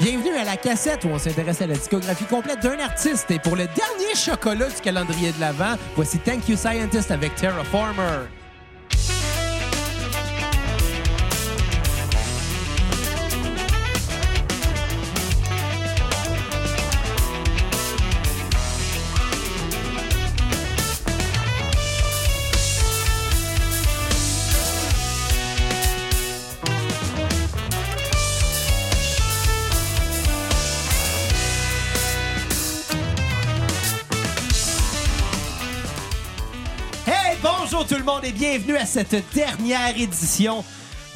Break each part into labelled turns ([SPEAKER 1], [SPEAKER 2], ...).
[SPEAKER 1] Bienvenue à la cassette où on s'intéresse à la discographie complète d'un artiste. Et pour le dernier chocolat du calendrier de l'Avent, voici Thank You Scientist avec Terraformer. Hey, bonjour tout le monde et bienvenue à cette dernière édition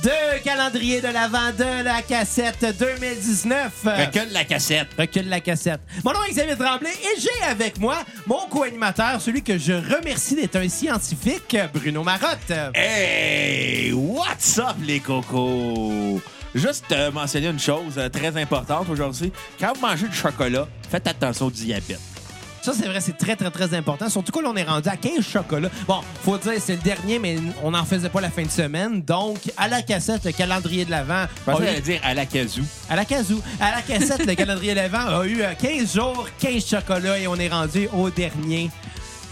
[SPEAKER 1] de calendrier de l'Avent de la cassette 2019. Euh,
[SPEAKER 2] Recule la cassette.
[SPEAKER 1] Recule la cassette. Mon nom est Xavier Tremblay et j'ai avec moi mon co-animateur, celui que je remercie d'être un scientifique, Bruno Marotte.
[SPEAKER 2] Hey, what's up les cocos? Juste euh, mentionner une chose euh, très importante aujourd'hui. Quand vous mangez du chocolat, faites attention au diabète.
[SPEAKER 1] Ça, c'est vrai, c'est très, très, très important. Surtout que là, on est rendu à 15 chocolats. Bon, faut dire, c'est le dernier, mais on n'en faisait pas la fin de semaine. Donc, à la cassette, le calendrier de l'Avent.
[SPEAKER 2] Je pensais
[SPEAKER 1] a eu-
[SPEAKER 2] j'allais dire à la casou.
[SPEAKER 1] À la casou. À la cassette, le calendrier de l'Avent a eu euh, 15 jours, 15 chocolats et on est rendu au dernier.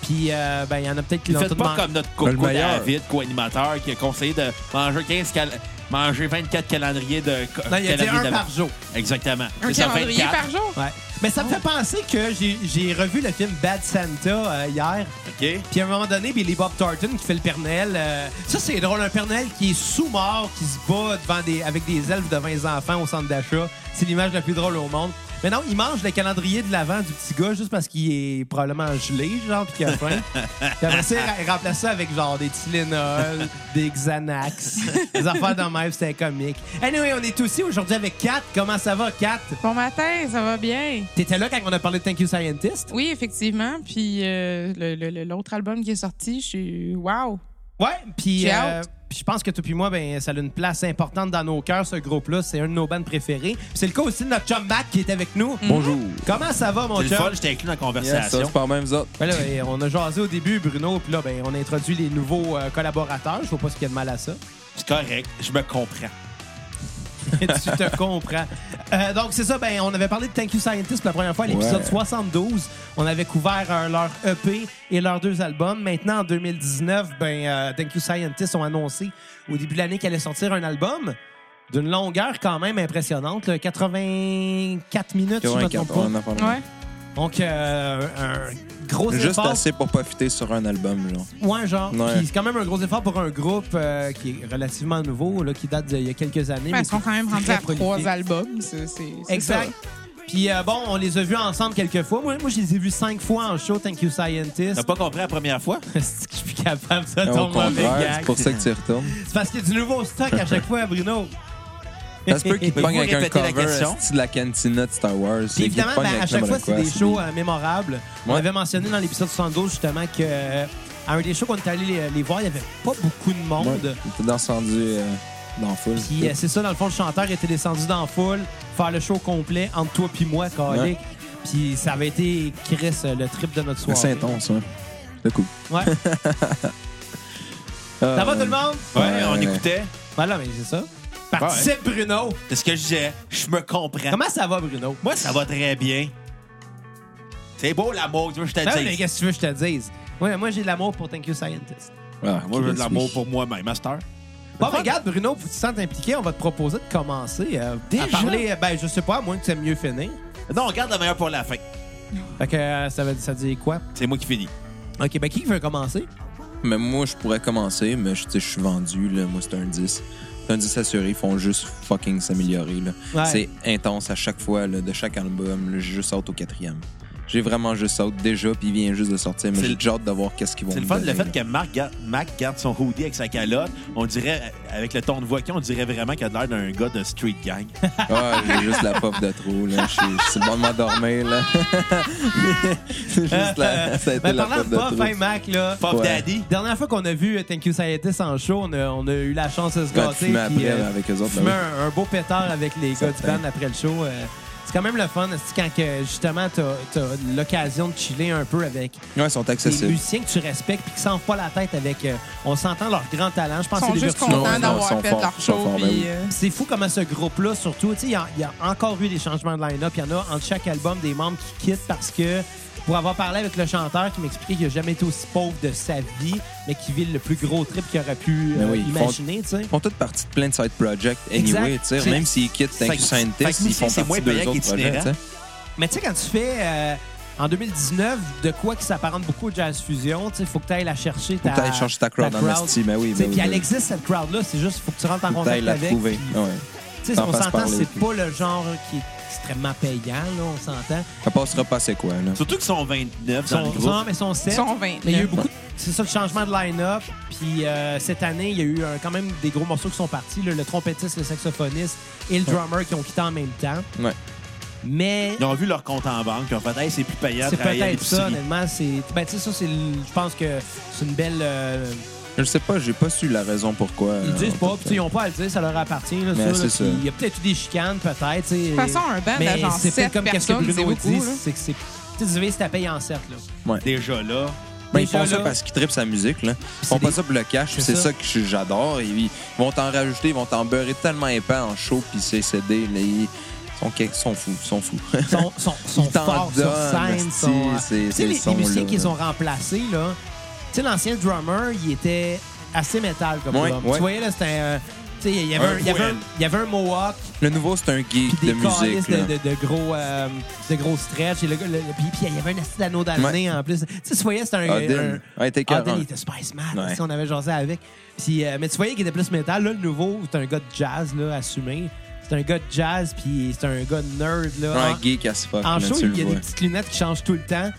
[SPEAKER 1] Puis, euh, ben, il y en a peut-être qui
[SPEAKER 2] Ne
[SPEAKER 1] l'ont
[SPEAKER 2] faites
[SPEAKER 1] tout
[SPEAKER 2] pas
[SPEAKER 1] man-
[SPEAKER 2] comme notre
[SPEAKER 3] Le
[SPEAKER 2] coco
[SPEAKER 3] meilleur.
[SPEAKER 2] David, co-animateur, qui a conseillé de manger 15 cal- manger 24 calendriers de co-
[SPEAKER 1] Non, il y a dit
[SPEAKER 2] calendrier
[SPEAKER 1] un
[SPEAKER 2] d'avant.
[SPEAKER 1] par jour.
[SPEAKER 2] Exactement.
[SPEAKER 4] Un
[SPEAKER 2] C'est ça,
[SPEAKER 4] calendrier
[SPEAKER 2] 24.
[SPEAKER 4] par jour?
[SPEAKER 1] Ouais. Mais ça me fait
[SPEAKER 2] Ah.
[SPEAKER 1] penser que j'ai- j'ai revu le film Bad Santa euh, hier.
[SPEAKER 2] OK.
[SPEAKER 1] Puis à un moment donné, Billy Bob Thornton qui fait le Père Noël. euh, ça, c'est drôle. Un Père Noël qui est sous-mort, qui se bat devant des, avec des elfes devant les enfants au centre d'achat. C'est l'image la plus drôle au monde. Mais non, il mange le calendrier de l'avant du petit gars juste parce qu'il est probablement gelé, genre, puis qu'il a faim. puis après ça, il ra- il remplace ça avec genre des Tylenol, des Xanax, des affaires de même, c'était comique. Anyway, on est aussi aujourd'hui avec Kat. Comment ça va, Kat?
[SPEAKER 4] Bon matin, ça va bien.
[SPEAKER 1] T'étais là quand on a parlé de Thank You Scientist?
[SPEAKER 4] Oui, effectivement. Puis euh, le- le- le- l'autre album qui est sorti, je suis. Waouh!
[SPEAKER 1] Ouais, puis
[SPEAKER 4] J'ai
[SPEAKER 1] euh,
[SPEAKER 4] hâte.
[SPEAKER 1] puis je pense que toi puis moi, ben, ça a une place importante dans nos cœurs, ce groupe-là. C'est un de nos bandes préférés. Puis c'est le cas aussi de notre chum Mac qui est avec nous.
[SPEAKER 3] Bonjour.
[SPEAKER 1] Comment ça va, mon
[SPEAKER 2] C'est le
[SPEAKER 1] chum?
[SPEAKER 2] fun, j'étais inclus dans la
[SPEAKER 3] Yes, ça,
[SPEAKER 2] conversation.
[SPEAKER 3] c'est par même autres.
[SPEAKER 1] Ben là, ben, on a jasé au début, Bruno, puis là, ben, on a introduit les nouveaux euh, collaborateurs. Je vois pas ce qu'il y a de mal à ça.
[SPEAKER 2] c'est correct, je me comprends.
[SPEAKER 1] tu te comprends. Euh, donc, c'est ça, ben, on avait parlé de Thank You Scientist pour la première fois, à l'épisode
[SPEAKER 3] Ouais.
[SPEAKER 1] 72. On avait couvert euh, leur EP et leurs deux albums. Maintenant, en 2019, ben, euh, Thank You Scientist ont annoncé au début de l'année qu'elle allait sortir un album d'une longueur quand même impressionnante, là, 84 minutes, si je me
[SPEAKER 3] 84,
[SPEAKER 1] trompe pas.
[SPEAKER 3] on en parle.
[SPEAKER 4] Ouais.
[SPEAKER 1] Donc, euh, un gros
[SPEAKER 3] Juste
[SPEAKER 1] effort.
[SPEAKER 3] assez pour profiter sur un album, genre.
[SPEAKER 1] Ouais, genre.
[SPEAKER 3] Ouais.
[SPEAKER 1] Puis c'est quand même un gros effort pour un groupe euh, qui est relativement nouveau, là, qui date d'il y a quelques années.
[SPEAKER 4] Ben,
[SPEAKER 1] mais
[SPEAKER 4] ils sont
[SPEAKER 1] qui-
[SPEAKER 4] quand même
[SPEAKER 1] qui est
[SPEAKER 4] rendus
[SPEAKER 1] très
[SPEAKER 4] à
[SPEAKER 1] prolifique.
[SPEAKER 4] trois albums. c'est- c'est- c'est
[SPEAKER 1] Exact. Puis euh, bon, on les a vus ensemble quelques fois. Moi, moi je les ai vus cinq fois en show, Thank You Scientist.
[SPEAKER 2] T'as pas compris la première fois?
[SPEAKER 1] C'est que je suis plus capable, ça
[SPEAKER 3] Au
[SPEAKER 1] tombe mauvais
[SPEAKER 3] contraire,
[SPEAKER 1] gag.
[SPEAKER 3] c'est pour ça que tu y retournes.
[SPEAKER 1] C'est parce qu'il y a du nouveau stock à chaque fois, Bruno.
[SPEAKER 3] Ça se peut qu'il te
[SPEAKER 2] Pouvez-vous
[SPEAKER 3] pogne avec un
[SPEAKER 2] répéter la
[SPEAKER 3] cover
[SPEAKER 2] question?
[SPEAKER 3] esti, de la cantina de Star Wars.
[SPEAKER 1] Puis évidemment,
[SPEAKER 3] Il te pogne
[SPEAKER 1] ben,
[SPEAKER 3] avec
[SPEAKER 1] à chaque fois,
[SPEAKER 3] n'importe
[SPEAKER 1] c'est des
[SPEAKER 3] quoi,
[SPEAKER 1] shows euh, mémorables. On
[SPEAKER 3] Ouais.
[SPEAKER 1] avait mentionné dans l'épisode 72, justement, que euh, à un des shows qu'on est allé les, les voir, il n'y avait pas beaucoup de
[SPEAKER 3] Ouais,
[SPEAKER 1] monde.
[SPEAKER 3] Il était dans son rendu, euh, dans la foule.
[SPEAKER 1] Puis euh, c'est ça, dans le fond, le chanteur était descendu dans la foule, faire le show complet entre toi puis moi, Calic.
[SPEAKER 3] Ouais.
[SPEAKER 1] Puis ça avait été, Chris, euh, le trip de notre soirée.
[SPEAKER 3] C'est intense, ouais. Le coup. Euh,
[SPEAKER 1] Ouais. Ça va tout le monde?
[SPEAKER 2] Ouais,
[SPEAKER 3] Ouais,
[SPEAKER 2] on
[SPEAKER 3] ouais.
[SPEAKER 2] écoutait.
[SPEAKER 1] Voilà, mais c'est ça. Participe, Bruno.
[SPEAKER 2] C'est ce que je disais. Je me comprends.
[SPEAKER 1] Comment ça va, Bruno? Ah
[SPEAKER 2] Moi, ça va très bien. C'est beau l'amour, tu veux que je te
[SPEAKER 1] Ah,
[SPEAKER 2] le
[SPEAKER 1] mais
[SPEAKER 2] dise.
[SPEAKER 1] qu'est-ce que tu veux que je te dise? Ouais, moi, j'ai de l'amour pour Thank You Scientist.
[SPEAKER 3] Ah,
[SPEAKER 2] Moi, je veux de
[SPEAKER 3] Chris,
[SPEAKER 2] l'amour
[SPEAKER 3] oui.
[SPEAKER 2] pour moi-même, Master.
[SPEAKER 1] Bon, ben, regarde, Bruno, pour que tu te sentes impliqué, on va te proposer de commencer euh, à
[SPEAKER 2] Déjà?
[SPEAKER 1] parler, ben, je sais pas, à moins que tu aimes mieux finir.
[SPEAKER 2] Non, on garde la meilleure pour la fin.
[SPEAKER 1] Fait que euh, ça veut ça dit quoi?
[SPEAKER 2] C'est moi qui finis.
[SPEAKER 1] OK, ben, qui veut commencer?
[SPEAKER 3] Mais moi, je pourrais commencer, mais je tu sais, je suis vendu. Là. Moi, c'est un 10. C'est un 10 assuré. Ils font juste fucking s'améliorer. là.
[SPEAKER 1] Ouais.
[SPEAKER 3] C'est intense à chaque fois, là, de chaque album. là. J'ai juste hâte au quatrième. J'ai vraiment juste hâte déjà, puis il vient juste de sortir. Mais
[SPEAKER 2] C'est
[SPEAKER 3] j'ai
[SPEAKER 2] le-
[SPEAKER 3] déjà hâte de voir qu'est-ce qu'ils vont
[SPEAKER 2] C'est le
[SPEAKER 3] nous
[SPEAKER 2] fun, le
[SPEAKER 3] donner,
[SPEAKER 2] fait
[SPEAKER 3] là.
[SPEAKER 2] que Marc garde, Mac garde son hoodie avec sa calotte. On dirait, avec le ton de voix qu'il a, on dirait vraiment qu'il a l'air d'un gars de street gang.
[SPEAKER 3] Ah, j'ai juste la pop de trop. là. Je suis- je suis le bon de m'endormir. là. C'est juste la... Ça a été
[SPEAKER 1] Ben,
[SPEAKER 3] la
[SPEAKER 1] parlant
[SPEAKER 3] pop
[SPEAKER 1] de
[SPEAKER 3] de
[SPEAKER 1] Puff, hein,
[SPEAKER 3] trop.
[SPEAKER 1] Mac, là.
[SPEAKER 2] Pop
[SPEAKER 3] Ouais.
[SPEAKER 2] Daddy.
[SPEAKER 1] Dernière fois qu'on a vu euh, Thank You Scientist en show, on a, on a eu la chance de se
[SPEAKER 3] Quand
[SPEAKER 1] gâter.
[SPEAKER 3] Ben, tu fumais
[SPEAKER 1] puis,
[SPEAKER 3] après
[SPEAKER 1] euh,
[SPEAKER 3] là, avec eux autres,
[SPEAKER 1] fumer
[SPEAKER 3] ben
[SPEAKER 1] un, un beau pétard avec les gars du
[SPEAKER 3] Certain.
[SPEAKER 1] band après le show. euh, c'est quand même le fun c'est quand que, justement t'as as, l'occasion de chiller un peu avec
[SPEAKER 2] ben,
[SPEAKER 3] Ouais, ils sont
[SPEAKER 1] des
[SPEAKER 3] accessibles.
[SPEAKER 1] musiciens que tu respectes puis qui s'en pas la tête avec. euh, on s'entend leur grand talent. Je pense que c'est
[SPEAKER 4] Ils sont
[SPEAKER 1] des
[SPEAKER 4] juste
[SPEAKER 1] virtuoses.
[SPEAKER 3] Non,
[SPEAKER 4] contents
[SPEAKER 3] non, ils
[SPEAKER 4] d'avoir
[SPEAKER 3] sont
[SPEAKER 4] fait
[SPEAKER 3] forts,
[SPEAKER 4] leur
[SPEAKER 3] ils sont
[SPEAKER 4] show.
[SPEAKER 3] forts, ben
[SPEAKER 4] puis,
[SPEAKER 3] oui.
[SPEAKER 4] euh,
[SPEAKER 1] C'est fou comment ce groupe-là, surtout, tu sais, il y, a- il y a encore eu des changements de line-up. Il y en a entre chaque album des membres qui quittent parce que, pour avoir parlé avec le chanteur qui m'expliquait qu'il n'a jamais été aussi pauvre de sa vie, mais qu'il vit le plus gros trip qu'il aurait pu
[SPEAKER 3] Mais
[SPEAKER 1] euh,
[SPEAKER 3] oui, ils font-
[SPEAKER 1] imaginer, tu sais.
[SPEAKER 3] Ils font toutes partie de plein de side projects
[SPEAKER 1] Exact.
[SPEAKER 3] anyway, tu sais.
[SPEAKER 1] C'est-
[SPEAKER 3] Même s'ils quittent
[SPEAKER 2] Fait
[SPEAKER 3] Thank
[SPEAKER 2] que-
[SPEAKER 3] You
[SPEAKER 2] fait que
[SPEAKER 3] Scientist,
[SPEAKER 2] nous,
[SPEAKER 3] ils font
[SPEAKER 2] c'est moins
[SPEAKER 3] partie d'eux
[SPEAKER 2] payant
[SPEAKER 3] autres projets,
[SPEAKER 2] qu'itinérant.
[SPEAKER 3] tu sais.
[SPEAKER 1] Mais tu sais, quand tu fais euh, en 2019 de quoi qui s'apparente beaucoup au jazz fusion, tu sais, faut que tu ailles la chercher.
[SPEAKER 3] Faut que t'ailles chercher ta crowd en esti, mais oui,
[SPEAKER 1] Tu sais,
[SPEAKER 3] mais oui,
[SPEAKER 1] Puis elle
[SPEAKER 3] oui.
[SPEAKER 1] existe, cette crowd-là. C'est juste, faut que tu rentres en
[SPEAKER 3] Faut que t'ailles
[SPEAKER 1] contact
[SPEAKER 3] la
[SPEAKER 1] avec.
[SPEAKER 3] trouver.
[SPEAKER 1] puis-
[SPEAKER 3] Ah ouais.
[SPEAKER 1] Tu sais,
[SPEAKER 3] T'en
[SPEAKER 1] on
[SPEAKER 3] fasses
[SPEAKER 1] s'entend,
[SPEAKER 3] parler,
[SPEAKER 1] c'est
[SPEAKER 3] puis-
[SPEAKER 1] pas le genre qui est extrêmement payant, là, on s'entend.
[SPEAKER 3] Ça passera pas c'est quoi, là.
[SPEAKER 2] Surtout qu'ils sont 29 dans le
[SPEAKER 1] Son,
[SPEAKER 2] groupe.
[SPEAKER 1] non, mais son
[SPEAKER 4] Ils
[SPEAKER 1] set.
[SPEAKER 4] sont 20.
[SPEAKER 1] Mais il y a eu beaucoup. de- C'est ça le changement de line-up. Puis euh, cette année, il y a eu euh, quand même des gros morceaux qui sont partis. là, le trompettiste, le saxophoniste et le drummer qui ont quitté en même temps.
[SPEAKER 3] Ouais.
[SPEAKER 1] Mais
[SPEAKER 2] Ils ont vu leur compte en banque, puis ils ont fait, hey, c'est plus payant de
[SPEAKER 1] c'est
[SPEAKER 2] travailler à
[SPEAKER 1] peut-être ça,
[SPEAKER 2] l'épicerie.
[SPEAKER 1] honnêtement. C'est... Ben, tu sais, ça, c'est le- je pense que c'est une belle. euh,
[SPEAKER 3] Je sais pas, j'ai pas su la raison pourquoi.
[SPEAKER 1] Ils le disent
[SPEAKER 3] euh,
[SPEAKER 1] pas, puis tu sais, ils n'ont pas à le dire, ça leur appartient. Là, ça,
[SPEAKER 3] Mais
[SPEAKER 1] là,
[SPEAKER 3] c'est
[SPEAKER 1] puis
[SPEAKER 3] ça.
[SPEAKER 1] Il y a peut-être eu des chicanes, peut-être. tu sais.
[SPEAKER 4] De toute façon, un band
[SPEAKER 1] mais
[SPEAKER 4] d'agents
[SPEAKER 1] c'est peut-être
[SPEAKER 4] 7
[SPEAKER 1] comme qu'est-ce que
[SPEAKER 4] personnes, c'est
[SPEAKER 1] Bruno
[SPEAKER 4] beaucoup.
[SPEAKER 1] dit,
[SPEAKER 4] là.
[SPEAKER 1] c'est que c'est. Tu sais, divisé, c'est à payer en 7. Là.
[SPEAKER 2] Déjà là.
[SPEAKER 3] Ben, ils
[SPEAKER 1] Déjà,
[SPEAKER 3] font ça
[SPEAKER 1] là.
[SPEAKER 3] parce qu'ils trippent sa musique. Là. Ils
[SPEAKER 1] c'est
[SPEAKER 3] font pas
[SPEAKER 1] des-
[SPEAKER 3] ça pour le cash. puis
[SPEAKER 1] C'est
[SPEAKER 3] C'est
[SPEAKER 1] ça.
[SPEAKER 3] ça. que je- j'adore. Ils ils vont t'en rajouter, ils vont t'en beurrer tellement épais en show, puis c'est cédé. là. Ils sont, que- sont fous. Sont fous.
[SPEAKER 1] sont, sont, sont
[SPEAKER 3] Ils t'en
[SPEAKER 1] forts sur
[SPEAKER 3] donnent,
[SPEAKER 1] scène.
[SPEAKER 3] esti,
[SPEAKER 1] sont, euh,
[SPEAKER 3] c'est-
[SPEAKER 1] tu sais,
[SPEAKER 3] ces
[SPEAKER 1] les, les
[SPEAKER 3] sons-là,
[SPEAKER 1] musiciens qu'ils
[SPEAKER 3] là.
[SPEAKER 1] ont remplacés, là, tu sais, l'ancien drummer, il était assez métal comme
[SPEAKER 3] Ouais,
[SPEAKER 1] homme.
[SPEAKER 3] ouais.
[SPEAKER 1] Tu voyais, là, c'était un. Tu sais, il y avait
[SPEAKER 2] Un
[SPEAKER 1] un- il y avait un-
[SPEAKER 2] poil.
[SPEAKER 1] il y avait un mohawk,
[SPEAKER 3] le nouveau, c'est un geek
[SPEAKER 1] puis
[SPEAKER 3] de
[SPEAKER 1] des calices
[SPEAKER 3] musique.
[SPEAKER 1] de,
[SPEAKER 3] là.
[SPEAKER 1] de, de gros, euh, de gros stretch. Et le, gars, le- le- puis, puis il y avait un acide d'anneau d'année en plus. Tu sais, tu voyais, c'était un.
[SPEAKER 3] Odin.
[SPEAKER 1] un-
[SPEAKER 3] Ouais,
[SPEAKER 1] Odin,
[SPEAKER 3] t'es écœurant.
[SPEAKER 1] il était Spice Man.
[SPEAKER 3] Ouais.
[SPEAKER 1] si on avait jasé avec. Puis, euh, mais tu voyais qu'il était plus métal. Là, le nouveau, c'est un gars de jazz, là, assumé. C'est un gars de jazz, puis c'est un gars de nerd, là. Ah,
[SPEAKER 3] Ouais,
[SPEAKER 1] en-
[SPEAKER 3] geek as fuck.
[SPEAKER 1] en
[SPEAKER 3] là,
[SPEAKER 1] show, il y
[SPEAKER 3] tu le
[SPEAKER 1] a des
[SPEAKER 3] vois.
[SPEAKER 1] petites lunettes qui changent tout le temps.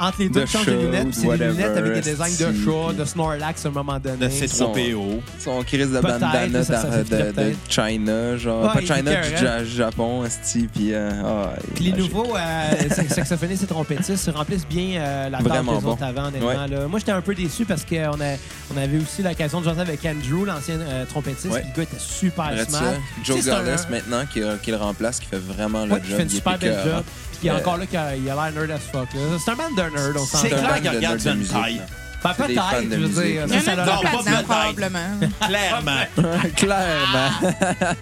[SPEAKER 1] Entre les deux,
[SPEAKER 3] De
[SPEAKER 1] ils changent les
[SPEAKER 3] chat
[SPEAKER 1] lunettes, puis
[SPEAKER 3] ou
[SPEAKER 1] c'est des
[SPEAKER 3] whatever,
[SPEAKER 1] lunettes avec des designs de
[SPEAKER 3] esti,
[SPEAKER 1] chat,
[SPEAKER 3] puis-
[SPEAKER 1] de Snorlax à un moment donné.
[SPEAKER 2] De C3PO.
[SPEAKER 3] Son crise de
[SPEAKER 1] Peut-être,
[SPEAKER 3] bandana
[SPEAKER 1] ça, ça fait
[SPEAKER 3] de, de- de
[SPEAKER 1] peut-être.
[SPEAKER 3] China. Genre,
[SPEAKER 1] Ouais,
[SPEAKER 3] pas
[SPEAKER 1] il
[SPEAKER 3] China,
[SPEAKER 1] est
[SPEAKER 3] du
[SPEAKER 1] écœurant.
[SPEAKER 3] Ja- Japon. Esti, puis, euh, ah,
[SPEAKER 1] Puis les
[SPEAKER 3] magique.
[SPEAKER 1] nouveaux euh, sax- saxophonistes et trompettistes se remplissent bien euh, la tâche
[SPEAKER 3] Vraiment
[SPEAKER 1] des
[SPEAKER 3] bon.
[SPEAKER 1] autres avant, honnêtement.
[SPEAKER 3] Ouais.
[SPEAKER 1] là. Moi, j'étais un peu déçu parce qu'on a- on avait aussi l'occasion de janter avec Andrew, l'ancien euh, trompettiste.
[SPEAKER 3] Ouais.
[SPEAKER 1] puis Le gars était super
[SPEAKER 3] Arrête ça.
[SPEAKER 1] smart. Tu
[SPEAKER 3] Joe
[SPEAKER 1] sais, c'est un-
[SPEAKER 3] Goddess, maintenant, qui, euh, qui le remplace, qui fait vraiment le
[SPEAKER 1] Ouais,
[SPEAKER 3] job.
[SPEAKER 1] il fait une
[SPEAKER 3] il est
[SPEAKER 1] super belle
[SPEAKER 3] écœurant.
[SPEAKER 1] job. Puis il est
[SPEAKER 3] Euh,
[SPEAKER 1] encore là qu'il a il a l'air nerd as fuck. là. C'est un band de nerd, on
[SPEAKER 2] C'est
[SPEAKER 1] s'entend.
[SPEAKER 3] un
[SPEAKER 2] clair
[SPEAKER 3] band
[SPEAKER 2] qu'il
[SPEAKER 3] de
[SPEAKER 2] regarde
[SPEAKER 3] nerds de
[SPEAKER 2] une
[SPEAKER 3] musique,
[SPEAKER 2] taille.
[SPEAKER 3] là.
[SPEAKER 1] Ben,
[SPEAKER 3] c'est des fans
[SPEAKER 1] Peut-être,
[SPEAKER 3] de
[SPEAKER 1] je veux
[SPEAKER 3] musique,
[SPEAKER 1] dire.
[SPEAKER 3] là.
[SPEAKER 4] Il y en
[SPEAKER 1] ça, ça
[SPEAKER 4] a
[SPEAKER 1] leur
[SPEAKER 2] Non,
[SPEAKER 4] qui
[SPEAKER 2] pas
[SPEAKER 4] sont là-dedans,
[SPEAKER 2] peut-être.
[SPEAKER 4] probablement.
[SPEAKER 2] Clairement.
[SPEAKER 3] Clairement.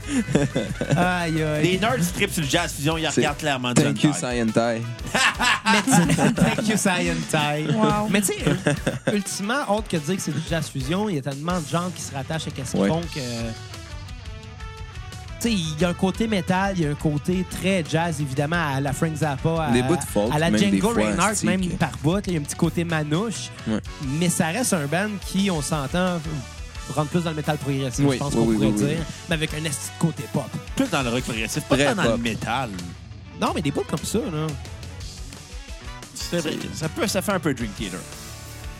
[SPEAKER 1] Aïe, aïe.
[SPEAKER 2] Les nerds trip sur le jazz fusion, ils regardent clairement du
[SPEAKER 3] Thank you,
[SPEAKER 2] hentai.
[SPEAKER 3] Scientai.
[SPEAKER 1] Thank you, Scientai.
[SPEAKER 4] Wow.
[SPEAKER 1] Mais tu sais, ul- ultimement, autre que de dire que c'est du jazz fusion, il y a tellement de gens qui se rattachent à ce qu'ils
[SPEAKER 3] Ouais.
[SPEAKER 1] font que. Tu sais, il y a un côté métal, il y a un côté très jazz, évidemment, à la Frank Zappa, à,
[SPEAKER 3] Des bouts de folk,
[SPEAKER 1] à la
[SPEAKER 3] même des
[SPEAKER 1] Django
[SPEAKER 3] fois,
[SPEAKER 1] Reinhardt,
[SPEAKER 3] asti,
[SPEAKER 1] même
[SPEAKER 3] que-
[SPEAKER 1] par bout. là, Il y a un petit côté manouche,
[SPEAKER 3] Ouais.
[SPEAKER 1] mais ça reste un band qui, on s'entend, rentre plus dans le métal progressif,
[SPEAKER 3] Oui,
[SPEAKER 1] je pense
[SPEAKER 3] oui,
[SPEAKER 1] qu'on
[SPEAKER 3] oui,
[SPEAKER 1] pourrait
[SPEAKER 3] oui, oui.
[SPEAKER 1] dire, mais avec un esti de côté pop.
[SPEAKER 2] Plus dans le rock progressif, pas
[SPEAKER 3] Très
[SPEAKER 2] tant dans le
[SPEAKER 3] pop.
[SPEAKER 2] métal.
[SPEAKER 1] Non, mais des bouts comme ça, là.
[SPEAKER 2] C'est- Ça, peut, ça fait un peu Dream Theater.